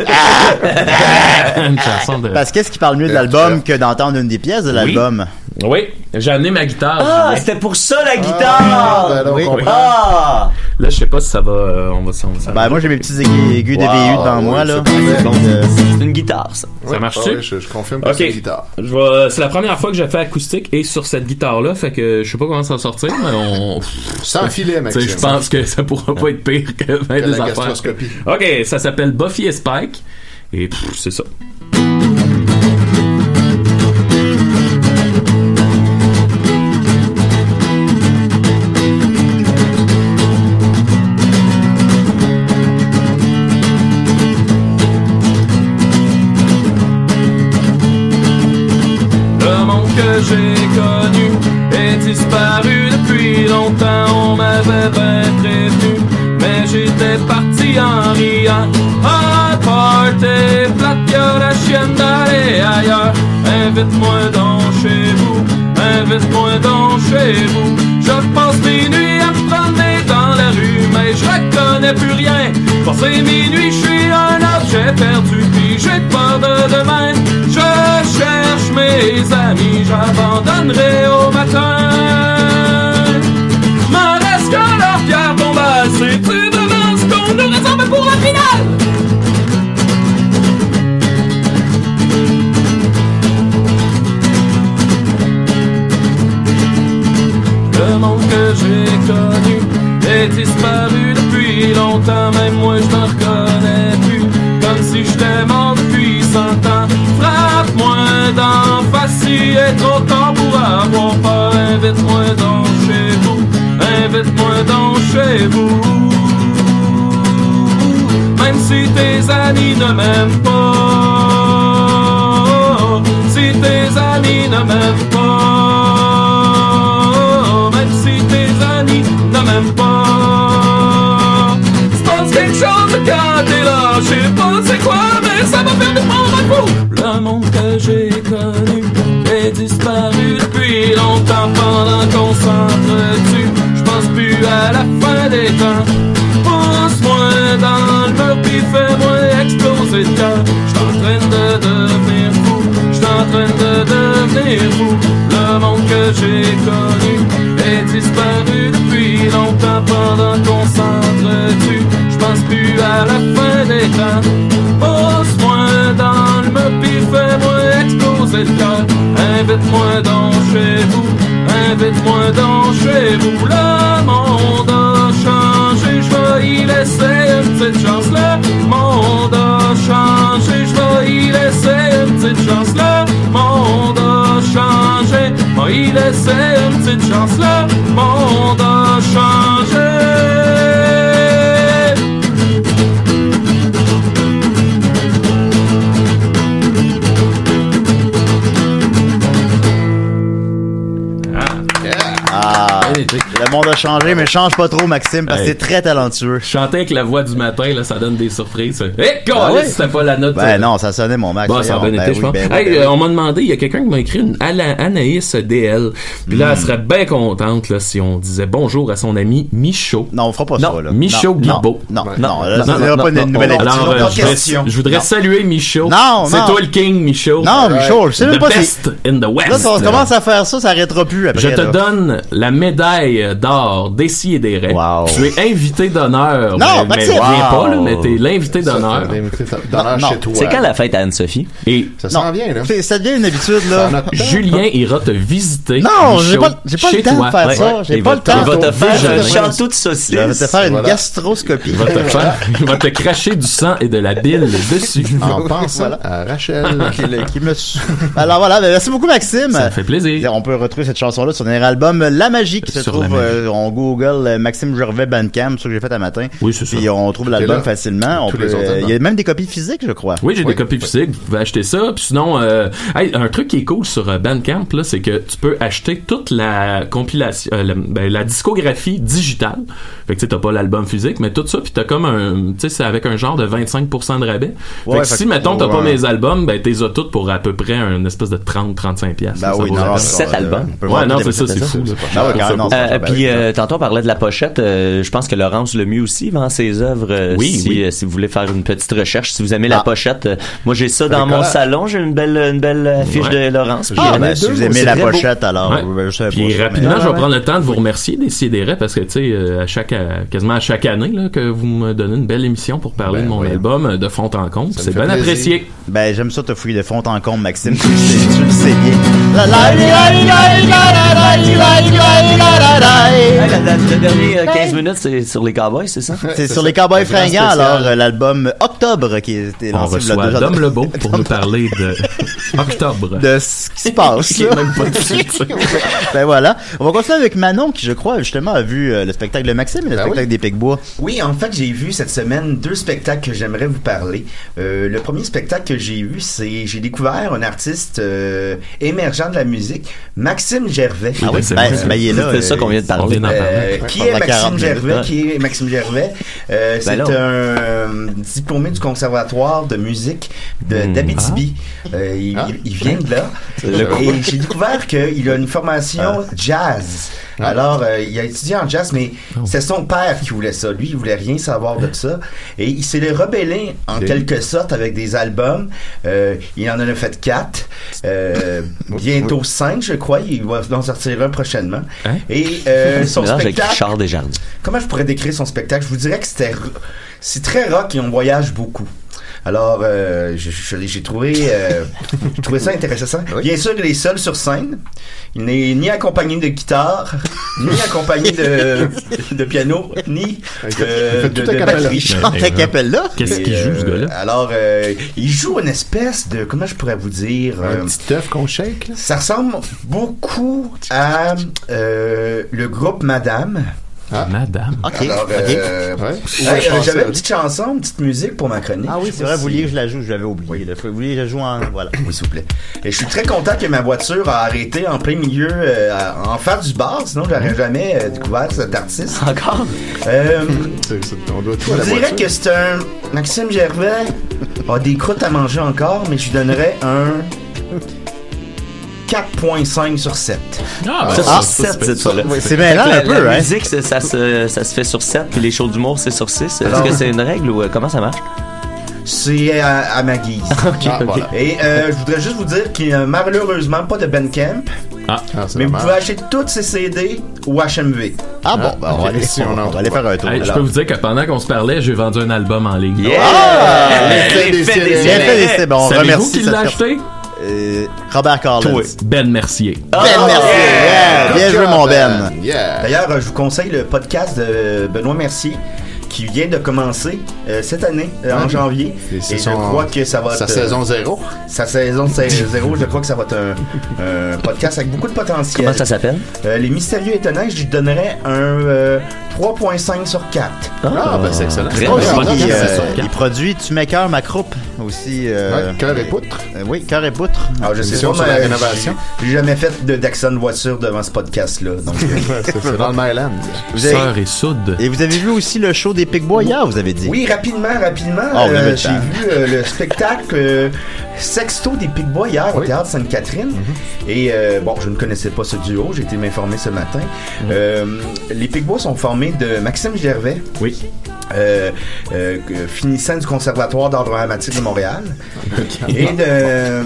S6: Ah,
S9: Une chanson de-
S6: parce qu'est-ce qui parle
S9: Euh,
S6: mieux de l'album que d'entendre une des pièces de l'album.
S9: Oui, j'ai amené ma guitare.
S7: Ah, c'était pour ça la
S8: Ah,
S7: guitare!
S8: ben,
S9: Oui.
S7: Oui. Ah!
S9: Là, je sais pas si ça va. euh, on va, on va- ça
S6: Ben,
S9: va-
S6: moi, j'ai mes petits aigu- aigus de VU devant moi, là. Euh,
S7: C'est une guitare, ça.
S9: Ça marche-tu?
S8: Ah je, je confirme que
S9: Ok.
S8: c'est une guitare.
S9: Je vais- C'est la première fois que j'ai fait acoustique et sur cette guitare-là, fait que je sais pas comment ça va sortir, mais on.
S8: Sans filet, Maxime.
S9: Tu sais, Je pense que ça pourra pas être pire que, ben
S8: Que
S9: des
S8: la
S9: affaires.
S8: gastroscopie.
S9: Ok, ça s'appelle Buffy et Spike. Et pff, c'est ça. Le monde que j'ai connu est disparu depuis longtemps. On m'avait
S6: est parti en riant. Ah, party, plate, y'a la chienne d'aller ailleurs. Invite-moi dans chez vous, invite-moi dans chez vous. Je passe mes nuits à me promener dans la rue, mais je reconnais plus rien. Passé minuit, je suis un objet perdu, puis j'ai peur de demain. Je cherche mes amis, j'abandonnerai au matin. M'en reste que leur pierre tombale, c'est-tu devant ce qu'on nous réserve pour la finale? Le monde que j'ai connu est disparu depuis longtemps, même moi je me reconnais plus, comme si j'étais mort depuis cent ans. Frappe-moi d'en face, il est trop tard pour avoir peur. Invite-moi dans chez vous, invite-moi dans chez vous. Même si tes amis ne m'aiment pas, si tes amis ne m'aiment pas, même si tes amis ne m'aiment pas. Je pense quelque chose quand t'es là, je sais pas c'est quoi, mais ça m'a fait de prendre un coup. Le monde que j'ai connu est disparu depuis longtemps pendant qu'on s'entretue. Je pense plus à la fin des temps. Pousse-moi dans le mur puis fais-moi exploser le cœur. J'suis en train de devenir fou, j'suis en train de devenir fou. Le monde que j'ai connu est disparu depuis longtemps pendant qu'on s'entretue. Je pense plus à la fin des temps. Pose-moi dans le mur puis fais-moi exploser le cœur. Invite-moi dans chez vous, invite-moi dans chez vous. Le monde a changé, je vais y laisser une petite chance. Le monde a changé, je vais y laisser une petite chance. Le monde a changé, je vais y laisser une petite chance. Le monde a changé.
S8: Ah, le monde a changé, mais change pas trop, Maxime, parce que
S7: Hey.
S8: c'est très talentueux.
S7: Chanter avec la voix du matin, là, ça donne des surprises. Eh, Hé,
S8: Ah ouais?
S7: c'était pas la note. euh,
S8: Ben non, ça sonnait mon Max.
S7: Bon, ça a
S8: voyons.
S7: bien
S8: Ben
S7: été, je
S8: oui,
S7: pense.
S8: ben oui,
S7: Hey,
S8: ben oui.
S7: euh, on m'a demandé, il y a quelqu'un qui m'a écrit une Ala- Anaïs DL. Puis là, elle serait bien contente là, si on disait bonjour à son ami Michaud.
S8: Non, on fera pas ça. Là.
S7: Michaud
S8: Non, non,
S7: Guibault.
S8: non, non, là, ça sera pas une nouvelle habitude,
S7: Alors, euh,
S8: autre
S7: je, voudrais-
S8: question.
S7: je voudrais
S8: Non.
S7: saluer Michaud.
S8: Non,
S7: C'est
S8: non.
S7: toi le king, Michaud.
S8: Non, Michaud, je sais même
S7: The
S8: pas si-
S7: best in the West.
S8: Là, si on commence à faire ça, ça arrêtera plus après.
S7: Je te
S8: là.
S7: donne la médaille d'or d'Essie et des Tu es invité d'honneur.
S8: Non,
S7: mais, mais
S8: Maxime!
S7: viens
S8: Wow.
S7: pas, là, mais t'es l'invité
S8: Ça,
S7: d'honneur.
S8: t'es l'invité d'honneur Non, chez non. toi. C'est quand
S7: la fête à Anne-Sophie? Et
S13: Ça s'en vient, là.
S8: C'est- Ça devient une habitude,
S13: Ça
S8: là.
S13: note pas.
S7: Julien ira te visiter.
S8: Non, j'ai
S7: Michaud,
S8: pas, j'ai pas
S7: chez
S8: le temps
S7: toi.
S8: de faire ça.
S7: Ouais.
S8: J'ai
S7: Il
S8: pas
S7: va
S8: le
S7: te-
S8: temps.
S7: Il va te faire
S8: Je
S7: une
S8: vais-
S7: chanteute
S8: Je vais te faire une gastroscopie.
S7: Il va te faire, il va te cracher du sang et de la bile dessus.
S13: En pensant à Rachel.
S8: qui, le- qui me sou- Alors voilà, ben, merci beaucoup Maxime. Ça
S7: fait plaisir.
S8: On peut retrouver cette chanson-là sur son dernier album La Magie qui se
S7: Sur
S8: trouve
S7: La Magie.
S8: euh, on Google euh, Maxime Gervais Bandcamp, ce que j'ai fait un matin.
S7: Oui, c'est ça.
S8: Puis on trouve l'album
S7: là.
S8: facilement. On
S7: Tous
S8: peut-
S7: les autres
S8: euh, il y a
S7: albums.
S8: même des copies physiques, je crois.
S7: Oui, j'ai des copies physiques. Vous pouvez acheter ça. Puis sinon, euh, hey, un truc qui est cool sur euh, Bandcamp, là, c'est que tu peux acheter toute la compilation, euh, la, ben, la discographie digitale. Fait que tu sais, t'as pas l'album physique, mais tout ça, puis t'as comme un, tu sais, c'est avec un genre de 25% de rabais. Fait
S8: Ouais,
S7: que
S8: fait
S7: si,
S8: que-
S7: mettons, t'as pas
S8: ouais.
S7: mes albums, ben t'es as toutes pour à peu près un espèce de 30-35$. piastres,
S8: Ben
S7: là, ça
S8: oui,
S7: vaut
S8: non,
S7: la peine.
S8: non, Sept euh, albums. on peut voir
S7: Ouais, non,
S8: toutes
S7: c'est
S8: les
S7: ça, c'est
S8: presentations,
S7: fou.
S8: c'est pas cher. Ah ouais, quand même, non,
S2: Euh,
S8: ça, ben
S2: puis euh, tantôt on parlait de la pochette. euh, je pense que Laurence Lemieux aussi vend ses œuvres. euh,
S7: Oui,
S2: si,
S7: oui.
S2: euh, si vous voulez faire une petite recherche, si vous aimez
S8: Ah.
S2: la pochette, euh, moi j'ai ça dans
S8: Avec
S2: mon
S8: collage.
S2: salon. J'ai une belle, une belle affiche
S7: Ouais.
S2: de Laurence.
S8: Ah,
S2: Puis,
S8: ben,
S2: euh,
S8: si vous
S2: c'est
S8: aimez la
S2: très beau.
S8: pochette, alors.
S7: Ouais.
S8: ben, je sais
S7: Puis
S8: pas, mais-
S7: rapidement,
S8: Ah,
S7: je vais
S8: ouais.
S7: prendre le temps de vous remercier des sidérés parce que tu sais, euh, à chaque, à- quasiment à chaque année là, que vous me donnez une belle émission pour parler de mon album euh, de fond en comble. C'est
S8: fait
S7: bien
S8: plaisir.
S7: apprécié.
S8: Ben, j'aime ça te fouiller de fond en comble, Maxime. tu, le sais, tu le sais bien. La, la, la,
S2: Hey, la- la- Le dernier euh, 15 minutes, c'est sur les Cowboys, c'est ça?
S8: C'est sur les Cowboys fringants, alors euh, l'album Octobre qui était
S7: Ah, On
S8: lancé il y a
S7: reçoit
S8: deux ans.
S7: Dom Lebeau pour nous parler de octobre.
S8: de ce qui se passe.
S7: Qui est
S8: là.
S7: même pas dessus.
S8: ben voilà. On va continuer avec Manon qui, je crois, justement, a vu euh, le spectacle de Maxime et le spectacle des Picbois.
S14: Ben Oui, en fait, j'ai vu cette semaine deux spectacles que j'aimerais vous parler. Euh, le premier spectacle que j'ai vu, c'est j'ai découvert un artiste euh, émergent de la musique, Maxime Gervais.
S8: Ah oui, Ben, c'est- ben, ben, il est là, euh,
S2: C'est ça qu'on vient de parler.
S10: en
S14: Euh,
S10: parlait.
S6: qui, est Maxime Gervais, qui est Maxime Gervais? Euh,
S10: Ben
S6: C'est
S10: non.
S6: un euh, diplômé du Conservatoire de musique de- d'Abitibi. Euh, il, il- il vient de là.
S7: Hmm. Ah. C'est Ah. le coup.
S6: Et j'ai découvert qu'il a une formation jazz. Alors, euh, il a étudié en jazz, mais
S7: Oh.
S6: c'est son père qui voulait ça. Lui, il voulait rien savoir de ça. Et il s'est rebellé, en
S15: Ok.
S6: quelque sorte, avec des albums. Euh, il en a fait quatre. Euh, bientôt cinq, je crois. Il va en sortir un prochainement. Et euh, son
S7: Hein? Mélange avec
S6: spectacle...
S7: Richard Desjardins.
S6: Comment je pourrais décrire son spectacle? Je vous dirais que c'était, ro- c'est très rock et on voyage beaucoup. Alors, euh, je- je l'ai- j'ai trouvé, euh, j'ai trouvé ça intéressant. Bien sûr, il est seul sur scène. Il n'est ni accompagné de guitare, ni accompagné de, de piano, ni euh,
S8: fait
S6: de,
S8: tout
S6: de
S8: a cappella.
S6: batterie.
S8: Il chante Mais, a cappella? qu'est-ce
S6: Et,
S8: qu'il joue, ce
S6: euh,
S8: gars-là?
S6: Alors, euh, il joue une espèce de, comment je pourrais vous dire,
S2: Un
S6: petit œuf qu'on shake. Ça ressemble beaucoup à euh, le groupe Madame.
S10: Madame.
S6: Ok. Alors, euh,
S8: ok. Ouais.
S6: ouais,
S8: Je
S6: euh,
S8: pensais,
S6: J'avais
S8: oui.
S6: une petite chanson, une petite musique pour ma chronique.
S8: Ah oui, c'est vrai, vous vouliez
S6: voulez
S8: que je la joue, je l'avais oublié. là. Vous vouliez que je la joue en. Voilà.
S6: Oui, s'il vous plaît. Et je suis très content que ma voiture a arrêté en plein milieu, euh, à- en face du bar, sinon
S8: Hein?
S6: j'aurais jamais euh, découvert cet artiste. Encore?
S2: on doit
S6: je
S2: à la
S6: vous dirais
S2: voiture.
S6: que c'est un... Maxime Gervais a des croûtes à manger encore, mais je lui donnerais un... 4.5 sur 7.
S7: Ah,
S6: sur
S7: ah,
S6: sept,
S7: sept, cette
S6: ça.
S7: fois-là.
S6: Oui, c'est mêlant
S7: Fait que
S6: un
S7: la-
S6: peu,
S7: La
S6: hein.
S7: musique, c'est- ça se, ça se fait sur 7, puis les shows d'humour, c'est sur 6. Est-ce
S6: Alors-
S7: que c'est une règle ou euh, comment ça marche?
S6: C'est à, à ma guise.
S7: Ah, voilà.
S6: Et euh, je voudrais juste vous dire qu'il n'y a malheureusement pas de Ben Bandcamp,
S10: Ah,
S6: mais vous pouvez acheter toutes ces CD au HMV.
S8: Ah bon, ben, on va aller, on- on va aller faire un tour.
S10: Hey, je
S8: Alors.
S10: peux vous dire que pendant qu'on se parlait, j'ai vendu un album en ligne.
S8: Ah!
S10: Ouais.
S8: Bien fait des CD. Bien fait des CD. Eh, Bon, on
S10: Savez-vous
S8: remercie
S10: qui
S8: cette
S10: l'a
S8: personne.
S10: acheté?
S8: Robert Carlin.
S10: Toi, Ben Mercier.
S6: Ah,
S8: Ben, merci. Yeah! Bien joué, mon Ben.
S6: D'ailleurs, euh, je vous conseille le podcast de Benoît Mercier qui vient de commencer euh, cette année, euh, en
S2: Ouais.
S6: janvier.
S2: Et
S6: Et,
S2: c'est
S6: je
S2: son-
S6: crois que ça va
S2: sa
S6: être, euh,
S2: saison zéro.
S6: Sa saison zé- zéro, je crois que ça va être un, un podcast avec beaucoup de potentiel.
S7: Comment ça s'appelle?
S6: Euh, les Mystérieux Étonnants, je lui donnerais un euh, 3.5 sur 4.
S8: Ah, ben, c'est
S6: excellent.
S8: Très bien. Il, euh, il produit Tu m'écœures ma croupe aussi. Euh,
S6: Ouais, Cœur et
S8: poutre. oui, cœur et poutre.
S6: Alors, Ah, je sais
S8: Émission
S6: pas,
S8: sur la
S6: mais
S8: rénovation.
S6: j'ai- J'ai jamais fait de Daxon voiture devant ce podcast-là. donc-
S8: c'est dans le
S2: Maryland.
S8: Vous avez-
S10: et soude.
S8: Et vous avez vu aussi le show des Pic Boyards, vous avez dit.
S6: Oui, rapidement, rapidement.
S8: Ah, on a
S6: euh,
S8: le
S6: j'ai
S8: temps.
S6: vu euh, le spectacle euh, Sexto des Picbois hier au théâtre Sainte-Catherine. Et euh, bon, je ne connaissais pas ce duo, j'ai été m'informer ce matin. Euh, les Picbois sont formés de Maxime Gervais. euh,
S10: Oui.
S6: finissant du Conservatoire d'art dramatique de Montréal. Et de euh,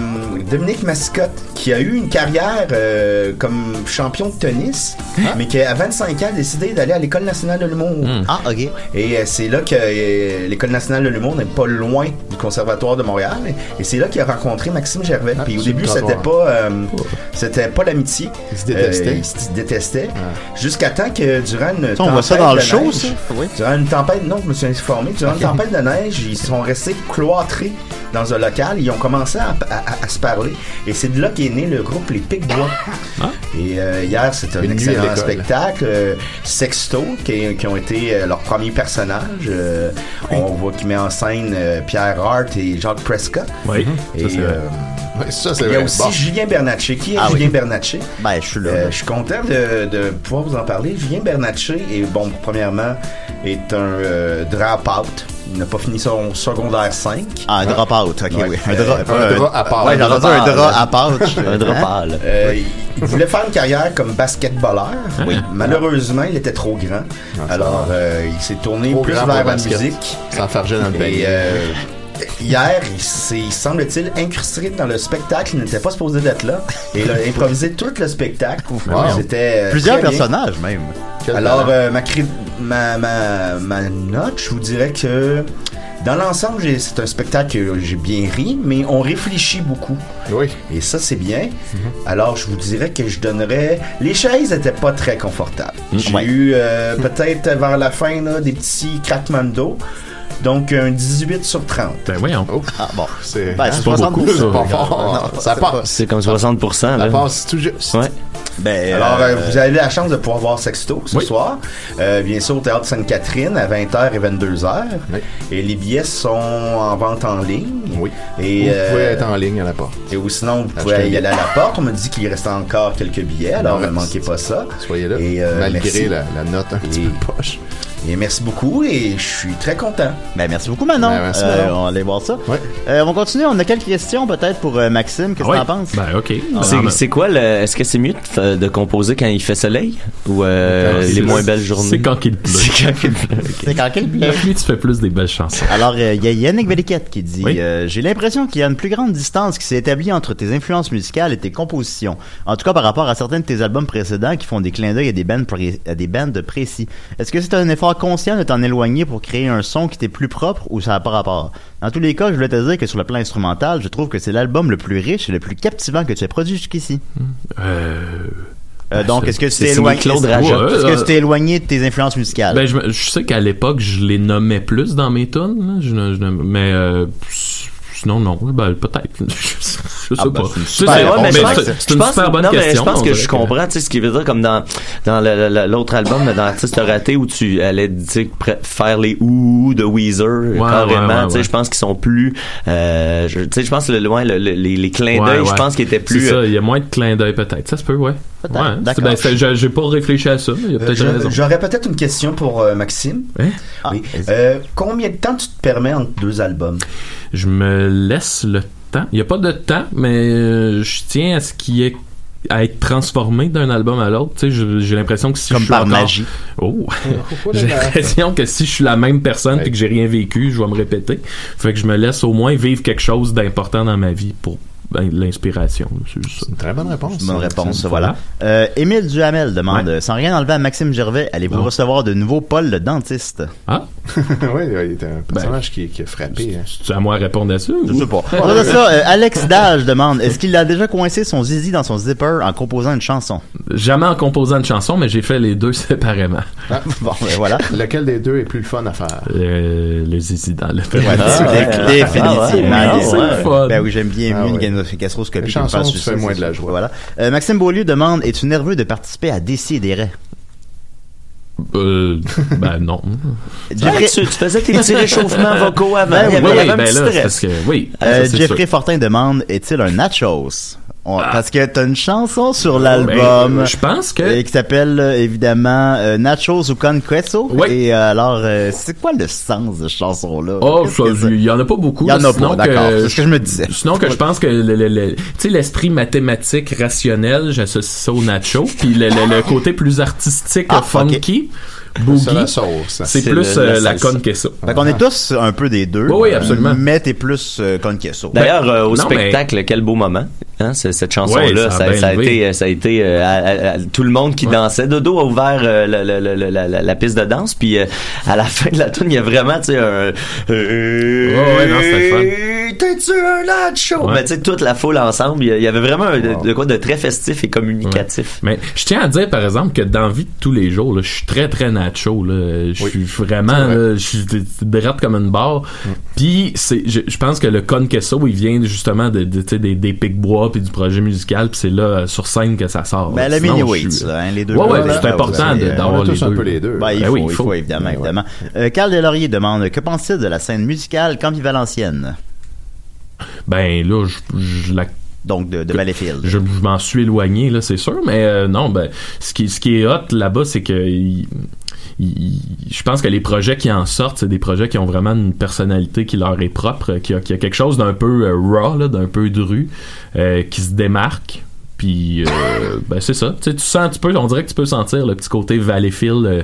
S6: Dominique Mascotte, qui a eu une carrière euh, comme champion de tennis,
S2: Hein?
S6: mais qui, à 25 ans, a décidé d'aller à l'École nationale de l'humour.
S2: Hmm.
S8: Ah, ok.
S6: Et euh, c'est là que euh, l'École nationale de l'humour n'est pas loin du Conservatoire de Montréal. Et c'est là qu'il a rencontré Maxime Gervais. Puis au
S2: Ah, c'est
S6: début,
S2: le
S6: c'était pas,
S2: savoir.
S6: euh, c'était pas l'amitié. Ils se
S2: détestaient.
S6: ils se détestaient. Jusqu'à temps que durant une
S8: Ça, on voit ça dans
S6: tempête
S8: le
S6: de
S8: show,
S6: neige-
S8: ça? Oui.
S6: Durant une tempête, non, je me suis informé. Durant une tempête de neige, ils sont restés cloîtrés dans un local. Ils ont commencé à, à- à- à se parler. Et c'est de là qu'est né le groupe Les Pic-Bois. Et euh, hier, c'était un
S2: Une nuit à
S6: excellent
S2: l'école.
S6: spectacle. euh, Sexto, qui, qui ont été euh, leurs premiers personnages. euh, on voit qui met en scène euh, Pierre Hart et Jacques Prescott.
S2: Oui,
S6: Et,
S2: ça, c'est
S6: euh,
S2: vrai. Ouais, ça, c'est
S6: il y a
S2: vrai.
S6: aussi
S2: Bon.
S6: Julien Bernatchez. Qui est
S2: Ah oui.
S6: Julien Bernatchez?
S8: Ben, je suis là.
S6: Euh, je suis content de, de pouvoir vous en parler. Julien Bernatchez est, bon, premièrement, est un euh, drop-out. Il n'a pas fini son secondaire 5.
S8: Ah, un drop-out, ok, oui. Un dra-
S6: drop
S8: un drop-out. Ouais, j'ai entendu un drop-out. Un drop-out.
S6: Euh, Il voulait faire une carrière comme basketballeur.
S8: Ah Oui.
S6: Malheureusement, il était trop grand. Alors, euh, il s'est tourné
S2: Ah, Trop
S6: plus
S2: grand
S6: vers
S2: pour
S6: la
S2: basket.
S6: musique.
S2: S'enfarger dans le
S6: Et,
S2: panier.
S6: euh, Hier, il s'est, semble-t-il, incrusté dans le spectacle. Il n'était pas supposé d'être là. Et il a improvisé tout le spectacle.
S8: Wow.
S6: C'était euh,
S8: Plusieurs
S6: très bien.
S8: personnages, même.
S6: Alors, euh, ma, cri- ma, ma, ma note, je vous dirais que dans l'ensemble, j'ai- c'est un spectacle que j'ai bien ri, mais on réfléchit beaucoup.
S2: Oui.
S6: Et ça, c'est bien.
S9: Mhm.
S6: Alors, je vous dirais que je donnerais. Les chaises n'étaient pas très confortables.
S8: Mhm.
S6: J'ai
S8: Ouais.
S6: eu euh, peut-être vers la fin là, des petits craquements de dos. Donc, un 18 sur 30.
S10: Ben voyons.
S8: Ah bon,
S2: c'est
S8: Ben, c'est
S6: c'est pas
S8: 72,
S6: beaucoup, ça.
S8: c'est pas fort.
S6: Non, ça
S8: c'est
S6: passe.
S8: pas-
S7: C'est comme 60%.
S2: Ça
S7: là.
S2: passe tout juste.
S7: Ouais.
S6: Ben,
S10: Alors,
S6: euh,
S10: euh, vous avez la chance de pouvoir voir Sexto ce soir. Euh, bien sûr, au Théâtre Sainte-Catherine à 20h et 22h. Et les billets sont en vente en ligne. Oui. Et,
S8: Ou vous pouvez être
S10: en ligne à la porte. Et ou sinon, vous pouvez
S8: Achetez un
S10: y aller à
S8: billet.
S10: la porte. On me dit qu'il reste encore quelques billets, alors
S8: Non,
S10: ne manquez pas ça.
S8: Soyez là.
S10: Et, euh,
S8: malgré
S10: merci.
S8: la, la note un petit peu poche.
S10: Et merci beaucoup et je suis très content.
S6: Ben, merci beaucoup, Manon.
S8: Ben, merci,
S6: Euh,
S8: Manon.
S6: on va aller voir ça. Euh, on continue. On a quelques questions peut-être pour euh, Maxime. Qu'est-ce que t'en penses?
S9: Ben, OK.
S7: C'est- C'est quoi le. Est-ce que c'est mieux de, fa- de composer quand il fait soleil ou euh,
S9: Quand
S7: les
S9: c'est-
S7: moins belles journées
S9: c'est quand qu'il pleut.
S7: C'est quand qu'il pleut.
S6: C'est quand quel
S9: La pluie, tu fais plus des belles chansons.
S6: Alors, euh, il y a Yannick Belliquette qui dit euh, J'ai l'impression qu'il y a une plus grande distance qui s'est établie entre tes influences musicales et tes compositions. En tout cas, par rapport à certains de tes albums précédents qui font des clins d'œil à des bandes pré- à des bandes précis. Est-ce que c'est un effort conscient de t'en éloigner pour créer un son qui t'est plus propre ou ça n'a pas rapport Dans tous les cas, je voulais te dire que sur le plan instrumental, je trouve que c'est l'album le plus riche et le plus captivant que tu aies produit jusqu'ici.
S9: Hmm. Euh,
S6: Euh, donc,
S9: c'est-
S6: est-ce que tu
S9: c'est signé
S6: t'es éloigné,
S9: Claude
S6: est-ce-
S9: Rajotte. Ouais,
S6: est-ce que
S9: euh,
S6: tu t'es éloigné de tes influences musicales
S9: Ben, je, me- je sais qu'à l'époque, je les nommais plus dans mes tunes. là. Je, ne- je ne- mais euh, sinon, non. Ben, peut-être. Je, sais
S7: Ah, ben,
S9: pas.
S7: c'est une
S9: Tu sais,
S7: super
S9: c'est-
S7: bonne
S9: mais
S7: réponse.
S9: c'est- c'est une
S7: pense-
S9: super bonne
S7: non, mais
S9: question.
S7: je pense
S9: on
S7: que
S9: dirait
S7: je comprends, tu sais, ce qui veut dire comme dans, dans le- le- l'autre album, dans l'artiste raté où tu allais, tu sais, pr- faire les ouh de Weezer, carrément,
S9: ouais, ouais,
S7: tu sais,
S9: ouais.
S7: je pense qu'ils sont plus, euh, je- tu sais, je pense le, loin, le- le- les, les clins
S9: Ouais,
S7: d'œil, je
S9: ouais.
S7: pense qu'ils étaient plus,
S9: C'est
S7: euh,
S9: ça, il y a moins de clins d'œil peut-être. Ça se peut, ouais.
S6: Peut-être,
S9: Ouais, c'est-
S6: d'accord.
S9: ben, c'est- j'ai- j'ai pas réfléchi à ça. mais Il y a peut-être
S10: Euh,
S9: raison.
S10: j'a- J'aurais peut-être une question pour euh, Maxime. Oui. Euh, combien de temps tu te permets entre deux albums?
S9: Je me laisse le temps. Il n'y a pas de temps, mais euh, je tiens à ce qui est à être transformé d'un album à l'autre. Tu sais, je- j'ai l'impression que si je suis
S6: par
S9: encore-
S6: magie.
S9: Oh.
S6: Pourquoi
S9: j'ai
S6: la-
S9: l'impression que si je suis la même personne et que j'ai rien vécu, je vais me répéter. Fait que je me laisse au moins vivre quelque chose d'important dans ma vie pour ben, l'inspiration. C'est juste ça.
S8: Très bonne réponse.
S6: Bonne réponse, voilà. Euh, Émile Duhamel demande Sans rien enlever à Maxime Gervais, allez-vous recevoir de nouveau Paul le dentiste
S9: Ah
S8: oui, il est un personnage qui, qui a frappé. hein.
S9: Ben, Tu as à moi répondre à ça
S6: Je sais pas. Voilà ça, euh, Alex Dage demande Est-ce qu'il a déjà coincé son zizi dans son zipper en composant une chanson
S9: Jamais en composant une chanson, mais j'ai fait les deux séparément.
S6: Bon, ben
S8: Ah.
S6: voilà.
S8: Lequel des deux est plus le fun à faire
S9: Euh, les zizi dans le
S6: Ah, Ouais, dé- définitivement.
S9: Ah,
S6: Dé-
S9: c'est
S6: ouais.
S9: le fun.
S6: Ben oui, j'aime bien
S9: Ah
S6: mieux une
S9: ouais.
S6: gano- une
S9: Les
S6: gastroscopie que de
S9: chansons,
S6: faire
S9: tu
S6: sucer,
S9: fais moins de
S6: c'est
S9: la
S6: sûr.
S9: joie.
S6: Voilà. Euh, Maxime Beaulieu demande Es-tu nerveux de participer à Décideret
S9: Euh, ben non.
S6: Jeffrey-
S7: Ah, tu, tu faisais tes petits réchauffements vocaux avant.
S6: Ben
S7: il y avait,
S6: oui,
S7: il y avait un
S6: ben
S7: petit
S6: là, c'est
S7: stress.
S6: parce que-
S9: oui.
S6: Euh, Jeffrey Fortin demande Est-il un nachos On- Parce que t'as une chanson sur l'album.
S9: Ah. Oh, ben, je pense que-
S6: euh, qui s'appelle euh, évidemment euh, Nachos ou Con Queso. Et euh, alors, euh, c'est quoi le sens de cette chanson-là
S9: Oh,
S6: Qu'est-ce
S9: ça,
S6: que c'est?
S9: il y en a pas beaucoup.
S6: Il y en
S9: là,
S6: a pas,
S9: sinon
S6: d'accord. C'est ce que je me disais.
S9: Sinon que je pense que le, le- le- tu sais, l'esprit mathématique rationnel, j'associe ça au nacho, puis le, le- le côté plus artistique,
S6: Ah,
S9: funky,
S8: C'est la
S9: boogie,
S8: sauce.
S9: c'est plus euh, la conne que ça.
S6: Fait qu'on est tous un peu des deux.
S9: Oui, oui,
S6: euh,
S9: absolument. Ben,
S6: Mais t'es plus euh, Con Queso.
S7: D'ailleurs, euh, au
S6: Non, mais-
S7: spectacle, quel beau moment. Hein, c'est- cette
S6: Ouais,
S7: chanson-là,
S6: ça a
S7: ça,
S6: bien
S7: ça a
S6: levé.
S7: été, ça a été euh, à- à- à- tout le monde qui dansait. Dodo a ouvert euh, le- le- le- le- la, la- la piste de danse, puis euh, à la fin de la tune, il y a vraiment, tu sais, un...
S9: ouais, non, c'était
S7: T'es-tu un nacho?
S6: Ben,
S9: Ouais.
S7: Mais tu sais, toute la foule ensemble, il y a- il y avait vraiment un- de, de quoi de très festif et communicatif.
S9: Mais je tiens à dire, par exemple, que dans vie de tous les jours, là, je suis très, très nacho. Là. Je suis vraiment... euh,
S7: C'est vrai.
S9: là, je suis d- droite comme une barre. Puis c'est, je, je pense que le con queso, il vient justement de, de- tu sais, des, des pics-bois puis du projet musical. Puis c'est là, euh, sur scène, que ça sort.
S6: Ben,
S9: là.
S6: la
S9: Sinon,
S6: mini
S9: je
S6: weights,
S9: suis- euh,
S6: là, hein, les deux.
S9: Ouais, ouais,
S6: là,
S9: c'est
S6: là,
S9: important
S6: vous
S9: de-
S6: avez, euh,
S9: d'avoir les deux.
S6: Ben, il,
S9: Ben
S6: faut,
S9: oui,
S6: il faut, évidemment, évidemment. Euh, Carl Delorier demande Que penses-tu de la scène musicale Campy-Valencienne
S9: Ben là, je, je la
S6: donc de, de Valleyfield.
S9: Je, je m'en suis éloigné là, c'est sûr, mais euh, non, ben ce qui ce qui est hot là-bas, c'est que il- il- je pense que les projets qui en sortent, c'est des projets qui ont vraiment une personnalité qui leur est propre, qui a, qui a quelque chose d'un peu euh, raw, là, d'un peu dru, euh, qui se démarque. Puis, euh, ben c'est ça. Tu, sais, tu sens, tu peux, on dirait que tu peux sentir le petit côté Valleyfield, euh,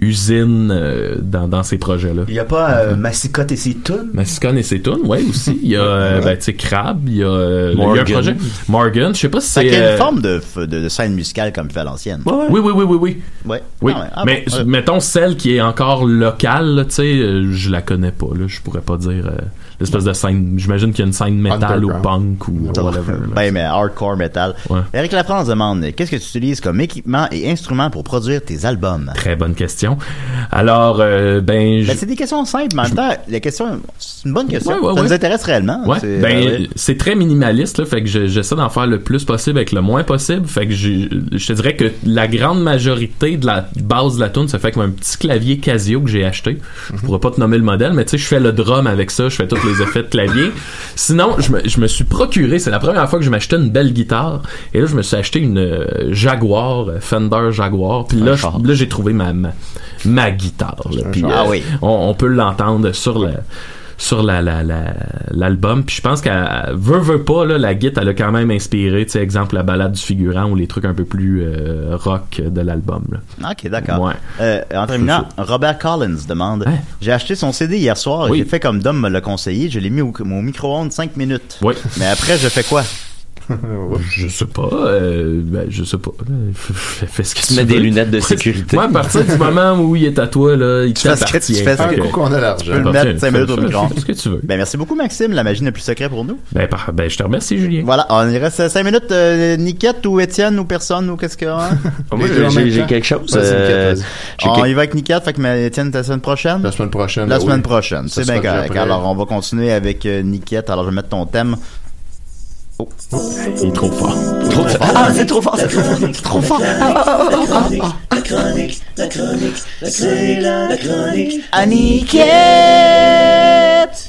S9: usine euh, dans, dans ces projets-là.
S10: Il n'y a pas euh, Massicotte et ses tunes?
S9: Mascon Mhm. et ses tunes, ouais aussi. Il y a, euh, ben, tu sais, Crab, il y a, euh, il y a un
S6: Morgan.
S9: projet. Morgan, je sais pas si
S6: C'est
S9: c'est.
S6: qu'il y a une
S9: euh,
S6: forme de, f- de, de scène musicale comme Valenciennes.
S9: Oui, oui, oui, oui, oui.
S6: Ouais.
S9: Oui,
S6: Ah, ouais. Ah,
S9: mais
S6: bon,
S9: s-
S6: ouais.
S9: mettons celle qui est encore locale, là, tu sais, euh, je la connais pas, là, je pourrais pas dire euh, l'espèce de scène, j'imagine qu'il y a une scène métal ou
S6: Underground.
S9: punk ou whatever. là.
S6: ben, mais euh, hardcore metal.
S9: ouais.
S6: Eric Lafrance demande Qu'est-ce que tu utilises comme équipement et instruments pour produire tes albums
S9: Très bonne question. Alors, euh, ben, je-
S6: Ben, C'est des questions simples, mais en même temps, la question, c'est une bonne question.
S9: Ouais, ouais,
S6: ça nous
S9: ouais.
S6: intéresse réellement.
S9: Ouais,
S6: C'est- euh,
S9: ben,
S6: ouais.
S9: c'est très minimaliste, là, fait que je- j'essaie d'en faire le plus possible avec le moins possible. Fait que j'ai- je te dirais que la grande majorité de la base de la tune se fait avec un petit clavier Casio que j'ai acheté. Je pourrais pas te nommer le modèle, mais tu sais, je fais le drum avec ça, je fais tous les effets de clavier. Sinon, je me, je me suis procuré, c'est la première fois que je m'achetais une belle guitare, et là, je me suis acheté une euh, Jaguar, euh, Fender Jaguar, puis là, je- là, j'ai trouvé ma, ma, ma guitare. là. Puis,
S6: char.
S9: euh,
S6: Ah oui.
S9: on, on peut l'entendre sur le sur la, la- la- l'album puis je pense qu'elle veut veut pas là, la guitare elle a quand même inspiré tu sais exemple la balade du figurant ou les trucs un peu plus euh, rock de l'album là.
S6: Ok, d'accord.
S9: Ouais. Hein?
S6: Euh, en terminant, Robert Collins demande J'ai acheté son CD hier soir et j'ai fait comme Dom me l'a conseillé, je l'ai mis au, au micro-ondes 5 minutes.
S9: Oui.
S6: Mais après, je fais quoi
S9: je sais pas euh, ben, je sais pas Euh, fais, fais ce que tu,
S7: mets des
S9: veux.
S7: lunettes de sécurité.
S9: moi à partir du moment où il est à toi là il
S6: Tu fais ce que
S9: t'appartient
S6: tu fais. ce
S9: Fait
S6: que-
S9: que-
S6: Tu peux le
S9: T'appartient.
S6: mettre 5 minutes au
S9: Fais-
S6: micro-ondes.
S9: fais ce que tu veux
S6: Ben, merci beaucoup, Maxime. La magie n'a plus secret pour nous.
S9: ben, par- ben, je te remercie Julien
S6: Voilà, on il reste 5 minutes. euh, Niquette ou Étienne ou personne ou qu'est-ce que. hein?
S7: Moi, j'ai- j'ai- j'ai quelque chose.
S6: Vas-y, Niquette,
S7: euh,
S6: vas-y.
S7: j'ai
S6: on
S7: quelque-
S6: y va avec Niquette, fait que mais, Étienne, ta semaine prochaine La semaine prochaine. La
S8: ben
S6: semaine
S8: oui.
S6: prochaine,
S8: Ça
S6: c'est
S8: sera
S6: bien
S8: déjà
S6: correct.
S8: prêt.
S6: Alors, on va continuer avec euh, Niquette. Alors, je vais mettre ton thème. Oh.
S9: Il est trop fort.
S6: Trop fort.
S7: Ah, c'est trop fort, c'est trop fort, c'est trop fort. Ah, ah, ah, ah, ah, ah.
S3: La chronique, la chronique, c'est la chronique.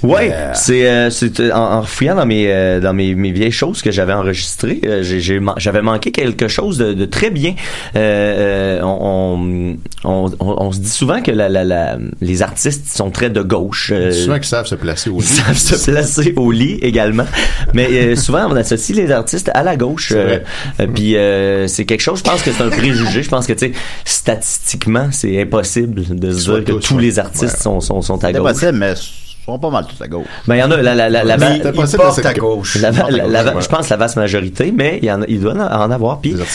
S7: Ouais, c'est euh, c'est euh, en, en fouillant dans mes euh, dans mes, mes vieilles choses que j'avais enregistrées, euh, j'ai- j'ai man- j'avais manqué quelque chose de, de très bien. Euh, euh, on, on, on, on- on se dit souvent que la, la, la- les artistes sont très de gauche. euh,
S8: Souvent qu'ils savent se placer au
S7: ils
S8: lit.
S7: savent se placer au lit également. Mais euh, souvent, on associe les artistes à la gauche. euh, euh, Puis euh, c'est quelque chose, je pense que c'est un préjugé. Je pense que, tu sais, statistiquement, c'est impossible de se dire que tous les artistes sont, sont, sont à
S6: C'est
S7: gauche.
S6: possible, mais ils sont pas mal tous à gauche.
S7: Ben, il y en a, la, la, la, la,
S6: Oui,
S7: la-
S6: c'est impossible de porte à gauche.
S7: La- la- la- la-
S6: Ouais.
S7: je pense la vaste majorité, mais il, y en a, il doit en avoir. Puis,
S6: Ben,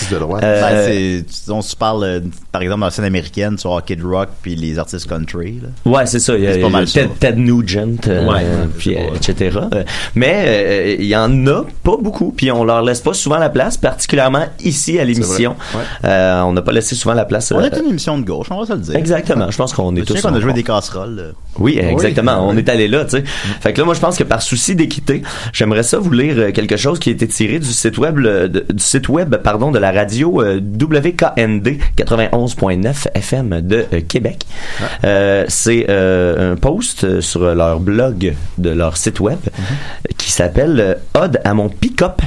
S7: euh,
S6: c'est- on se parle, euh, par exemple, dans la scène américaine, sur Kid Rock puis les artistes country. là.
S7: Ouais, c'est ça. Il y a,
S6: C'est pas
S7: il y a
S6: mal
S7: Ted, Ted Nugent, euh,
S6: Ouais.
S7: puis, euh, etc. Euh, Mais euh, il y en a pas beaucoup, puis on leur laisse pas souvent la place, particulièrement ici à l'émission. Euh, on n'a pas laissé souvent la place.
S6: On
S7: euh,
S6: est une émission de gauche, on va se le dire.
S7: Exactement. Je pense qu'on est
S6: Je sais
S7: tous.
S6: qu'on a
S7: en-
S6: joué des casseroles. là.
S7: Oui,
S6: Oui.
S7: exactement. On est allé là, tu sais. Fait que là, moi, je pense que par souci d'équité, j'aimerais ça vous lire euh, quelque chose qui a été tiré du site web, euh, de- du site web, pardon, de la radio euh, WKND 91.9 FM de euh, Québec. Euh, C'est euh, un post sur leur blog de leur site web qui s'appelle euh, Ode à mon pick-up.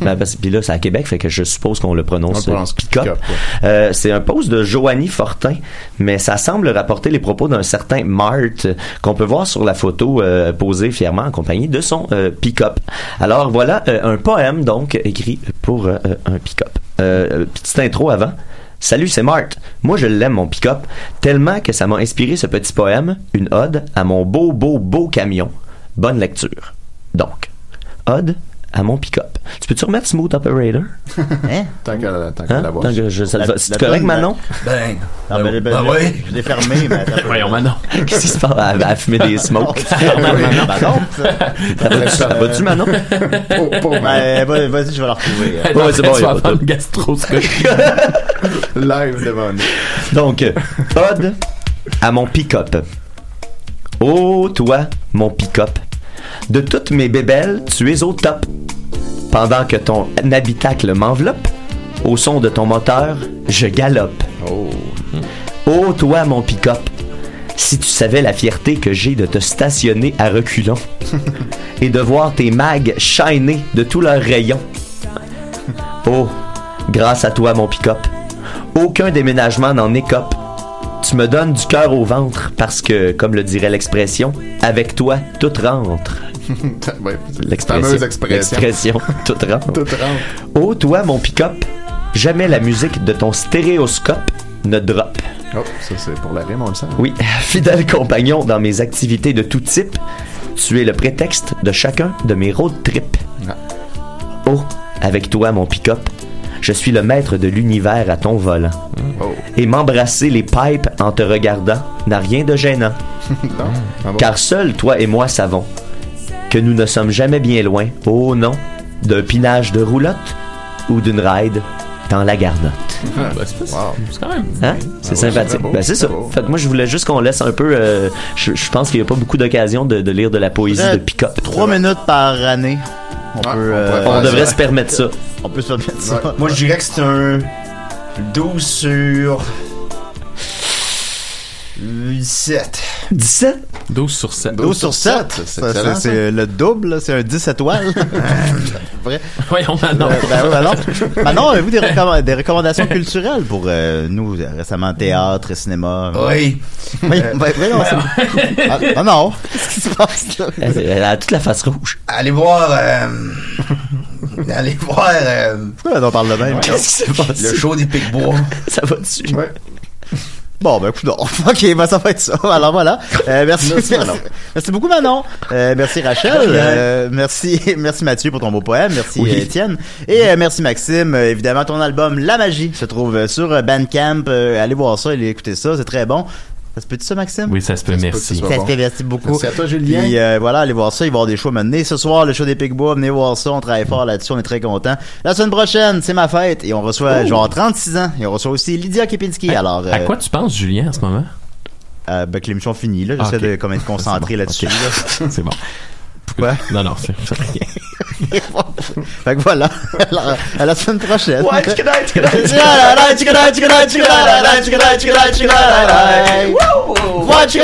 S7: Ben, parce- Puis là, c'est à Québec, fait que je suppose qu'on le prononce,
S8: On le prononce
S7: euh, pick-up. Euh, c'est un post de Joanie Fortin, mais ça semble rapporter les propos d'un certain Mart euh, qu'on peut voir sur la photo euh, posée fièrement en compagnie de son euh, pick-up. Alors voilà euh, un poème donc écrit pour euh, euh, un pick-up. Euh, euh, petite intro avant. Salut, c'est Mart. Moi, je l'aime, mon pick-up, tellement que ça m'a inspiré ce petit poème, une ode à mon beau, beau, beau camion. Bonne lecture. Donc, ode à mon pick-up. Tu peux-tu remettre Smooth Operator?
S6: Hein?
S8: Tant qu'à la, tant qu'à
S7: Hein?
S8: la voir.
S7: Tant que je- ça le
S8: La-
S7: va- C'est
S8: la
S7: correct,
S8: tonne,
S7: Manon?
S10: Ben,
S6: Ah, ben, ben,
S7: ben
S6: je-
S7: ouais.
S6: Je l'ai fermé, mais attends.
S9: Voyons, Manon.
S7: Qu'est-ce qui se passe à, à fumer des smokes?
S6: Manon.
S7: Ça va- ça va-tu,
S8: euh,
S7: Manon?
S6: Ben, vas- Vas-y, je vais la retrouver.
S7: Ouais, ouais, c'est bon,
S9: tu
S7: y a pas de-
S9: vas faire une gastroscopie.
S8: Live devant nous.
S7: Donc, euh, Pod à mon pick-up. Oh, toi, mon pick-up. De toutes mes bébelles, tu es au top. Pendant que ton habitacle m'enveloppe, au son de ton moteur, je galope. Oh, toi, mon pick-up. Si tu savais la fierté que j'ai de te stationner à reculons et de voir tes mags shiner de tous leurs rayons. Oh, grâce à toi, mon pick-up, aucun déménagement n'en écope. Tu me donnes du cœur au ventre parce que, comme le dirait l'expression, avec toi, tout rentre.
S8: ouais,
S7: L'expression.
S8: fameuse expression.
S7: L'expression, tout rentre.
S8: Tout rentre.
S7: Oh, toi, mon pick-up, jamais la musique de ton stéréoscope ne drop.
S8: Oh, ça c'est pour la rime, on le sent.
S7: Oui, fidèle compagnon dans mes activités de tout type, tu es le prétexte de chacun de mes road trips. Oh, avec toi, mon pick-up, je suis le maître de l'univers à ton volant.
S8: Oh,
S7: Et m'embrasser les pipes en te regardant n'a rien de gênant. Car seul toi et moi savons que nous ne sommes jamais bien loin, oh non, d'un pinage de roulotte ou d'une ride dans la garnotte.
S9: c'est quand même.
S7: Hein? C'est
S9: ouais, c'est
S7: sympathique.
S9: très beau,
S7: Ben, c'est ça. Fait que moi, je voulais juste qu'on laisse un peu. euh, je, je pense qu'il n'y a pas beaucoup d'occasions de, de lire de la poésie
S6: Euh,
S7: de Pickup.
S6: Trois minutes par année. On, peut, euh,
S7: on devrait se permettre ça.
S6: On peut se permettre ça.
S10: Moi, je dirais que c'est un 12 sur 17.
S7: 17?
S9: 12 sur 7.
S6: 12 sur 7.
S10: c'est excellent, ça.
S6: C'est le double, là. c'est un 10 étoiles. Vrai.
S9: Voyons, Manon.
S6: Euh, ben oui, Manon. Manon, avez-vous des, recommand- des recommandations culturelles pour euh, nous, euh, récemment, théâtre, cinéma?
S10: Oui. Euh,
S6: Oui, ben, voyons, c'est- Ah, ah non. Qu'est-ce qui se passe là?
S7: Elle a toute la face rouge.
S10: Allez voir. euh, Allez voir. euh,
S6: Pourquoi on parle de même?
S10: Qu'est-ce qui s'est passé? Le show des Pic-Bois.
S7: ça va dessus.
S6: Bon, ben, écoute, ok, ben, ça va être ça. Alors voilà. Euh, merci,
S10: Merci,
S6: merci,
S10: Manon.
S6: Merci beaucoup, Manon. Euh, merci, Rachel.
S10: Rien.
S6: Euh, merci, merci, Mathieu, pour ton beau poème. Merci,
S10: Oui.
S6: euh, Étienne. Et euh, merci, Maxime. Euh, évidemment, ton album La Magie se trouve euh, sur euh, Bandcamp. Euh, allez voir ça, allez écouter ça. C'est très bon. Ça se peut-tu ça, Maxime?
S9: Oui, ça se peut, merci.
S6: Ça se fait, merci beaucoup.
S8: Merci à toi, Julien.
S6: Puis, euh, voilà, allez voir ça. Il va y avoir des shows menés. Ce soir, le show des Picbois. Venez voir ça. On travaille fort là-dessus. On est très contents. La semaine prochaine, c'est ma fête. Et on reçoit,
S9: Oh.
S6: genre, 36 ans. Et on reçoit aussi Lydia Kepinski. Alors,
S9: À
S6: euh,
S9: quoi tu penses, Julien, en ce moment?
S6: euh, ben, que l'émission finit, là. J'essaie
S9: Ah, ok.
S6: de, comme, être concentré là-dessus, là.
S9: C'est bon.
S6: Pourquoi?
S9: Non, non, c'est c'est rien.
S6: fait que voilà. Alors, à la semaine prochaine.
S11: Ouais, tchikadai, tchikadai, tchikadai,
S6: Tchikadai, tchikadai, tchikadai, tchikadai, tchikadai, tchikadai, tchikadai, tchikadai.
S11: Wouh!
S6: Ouais, tchikadai.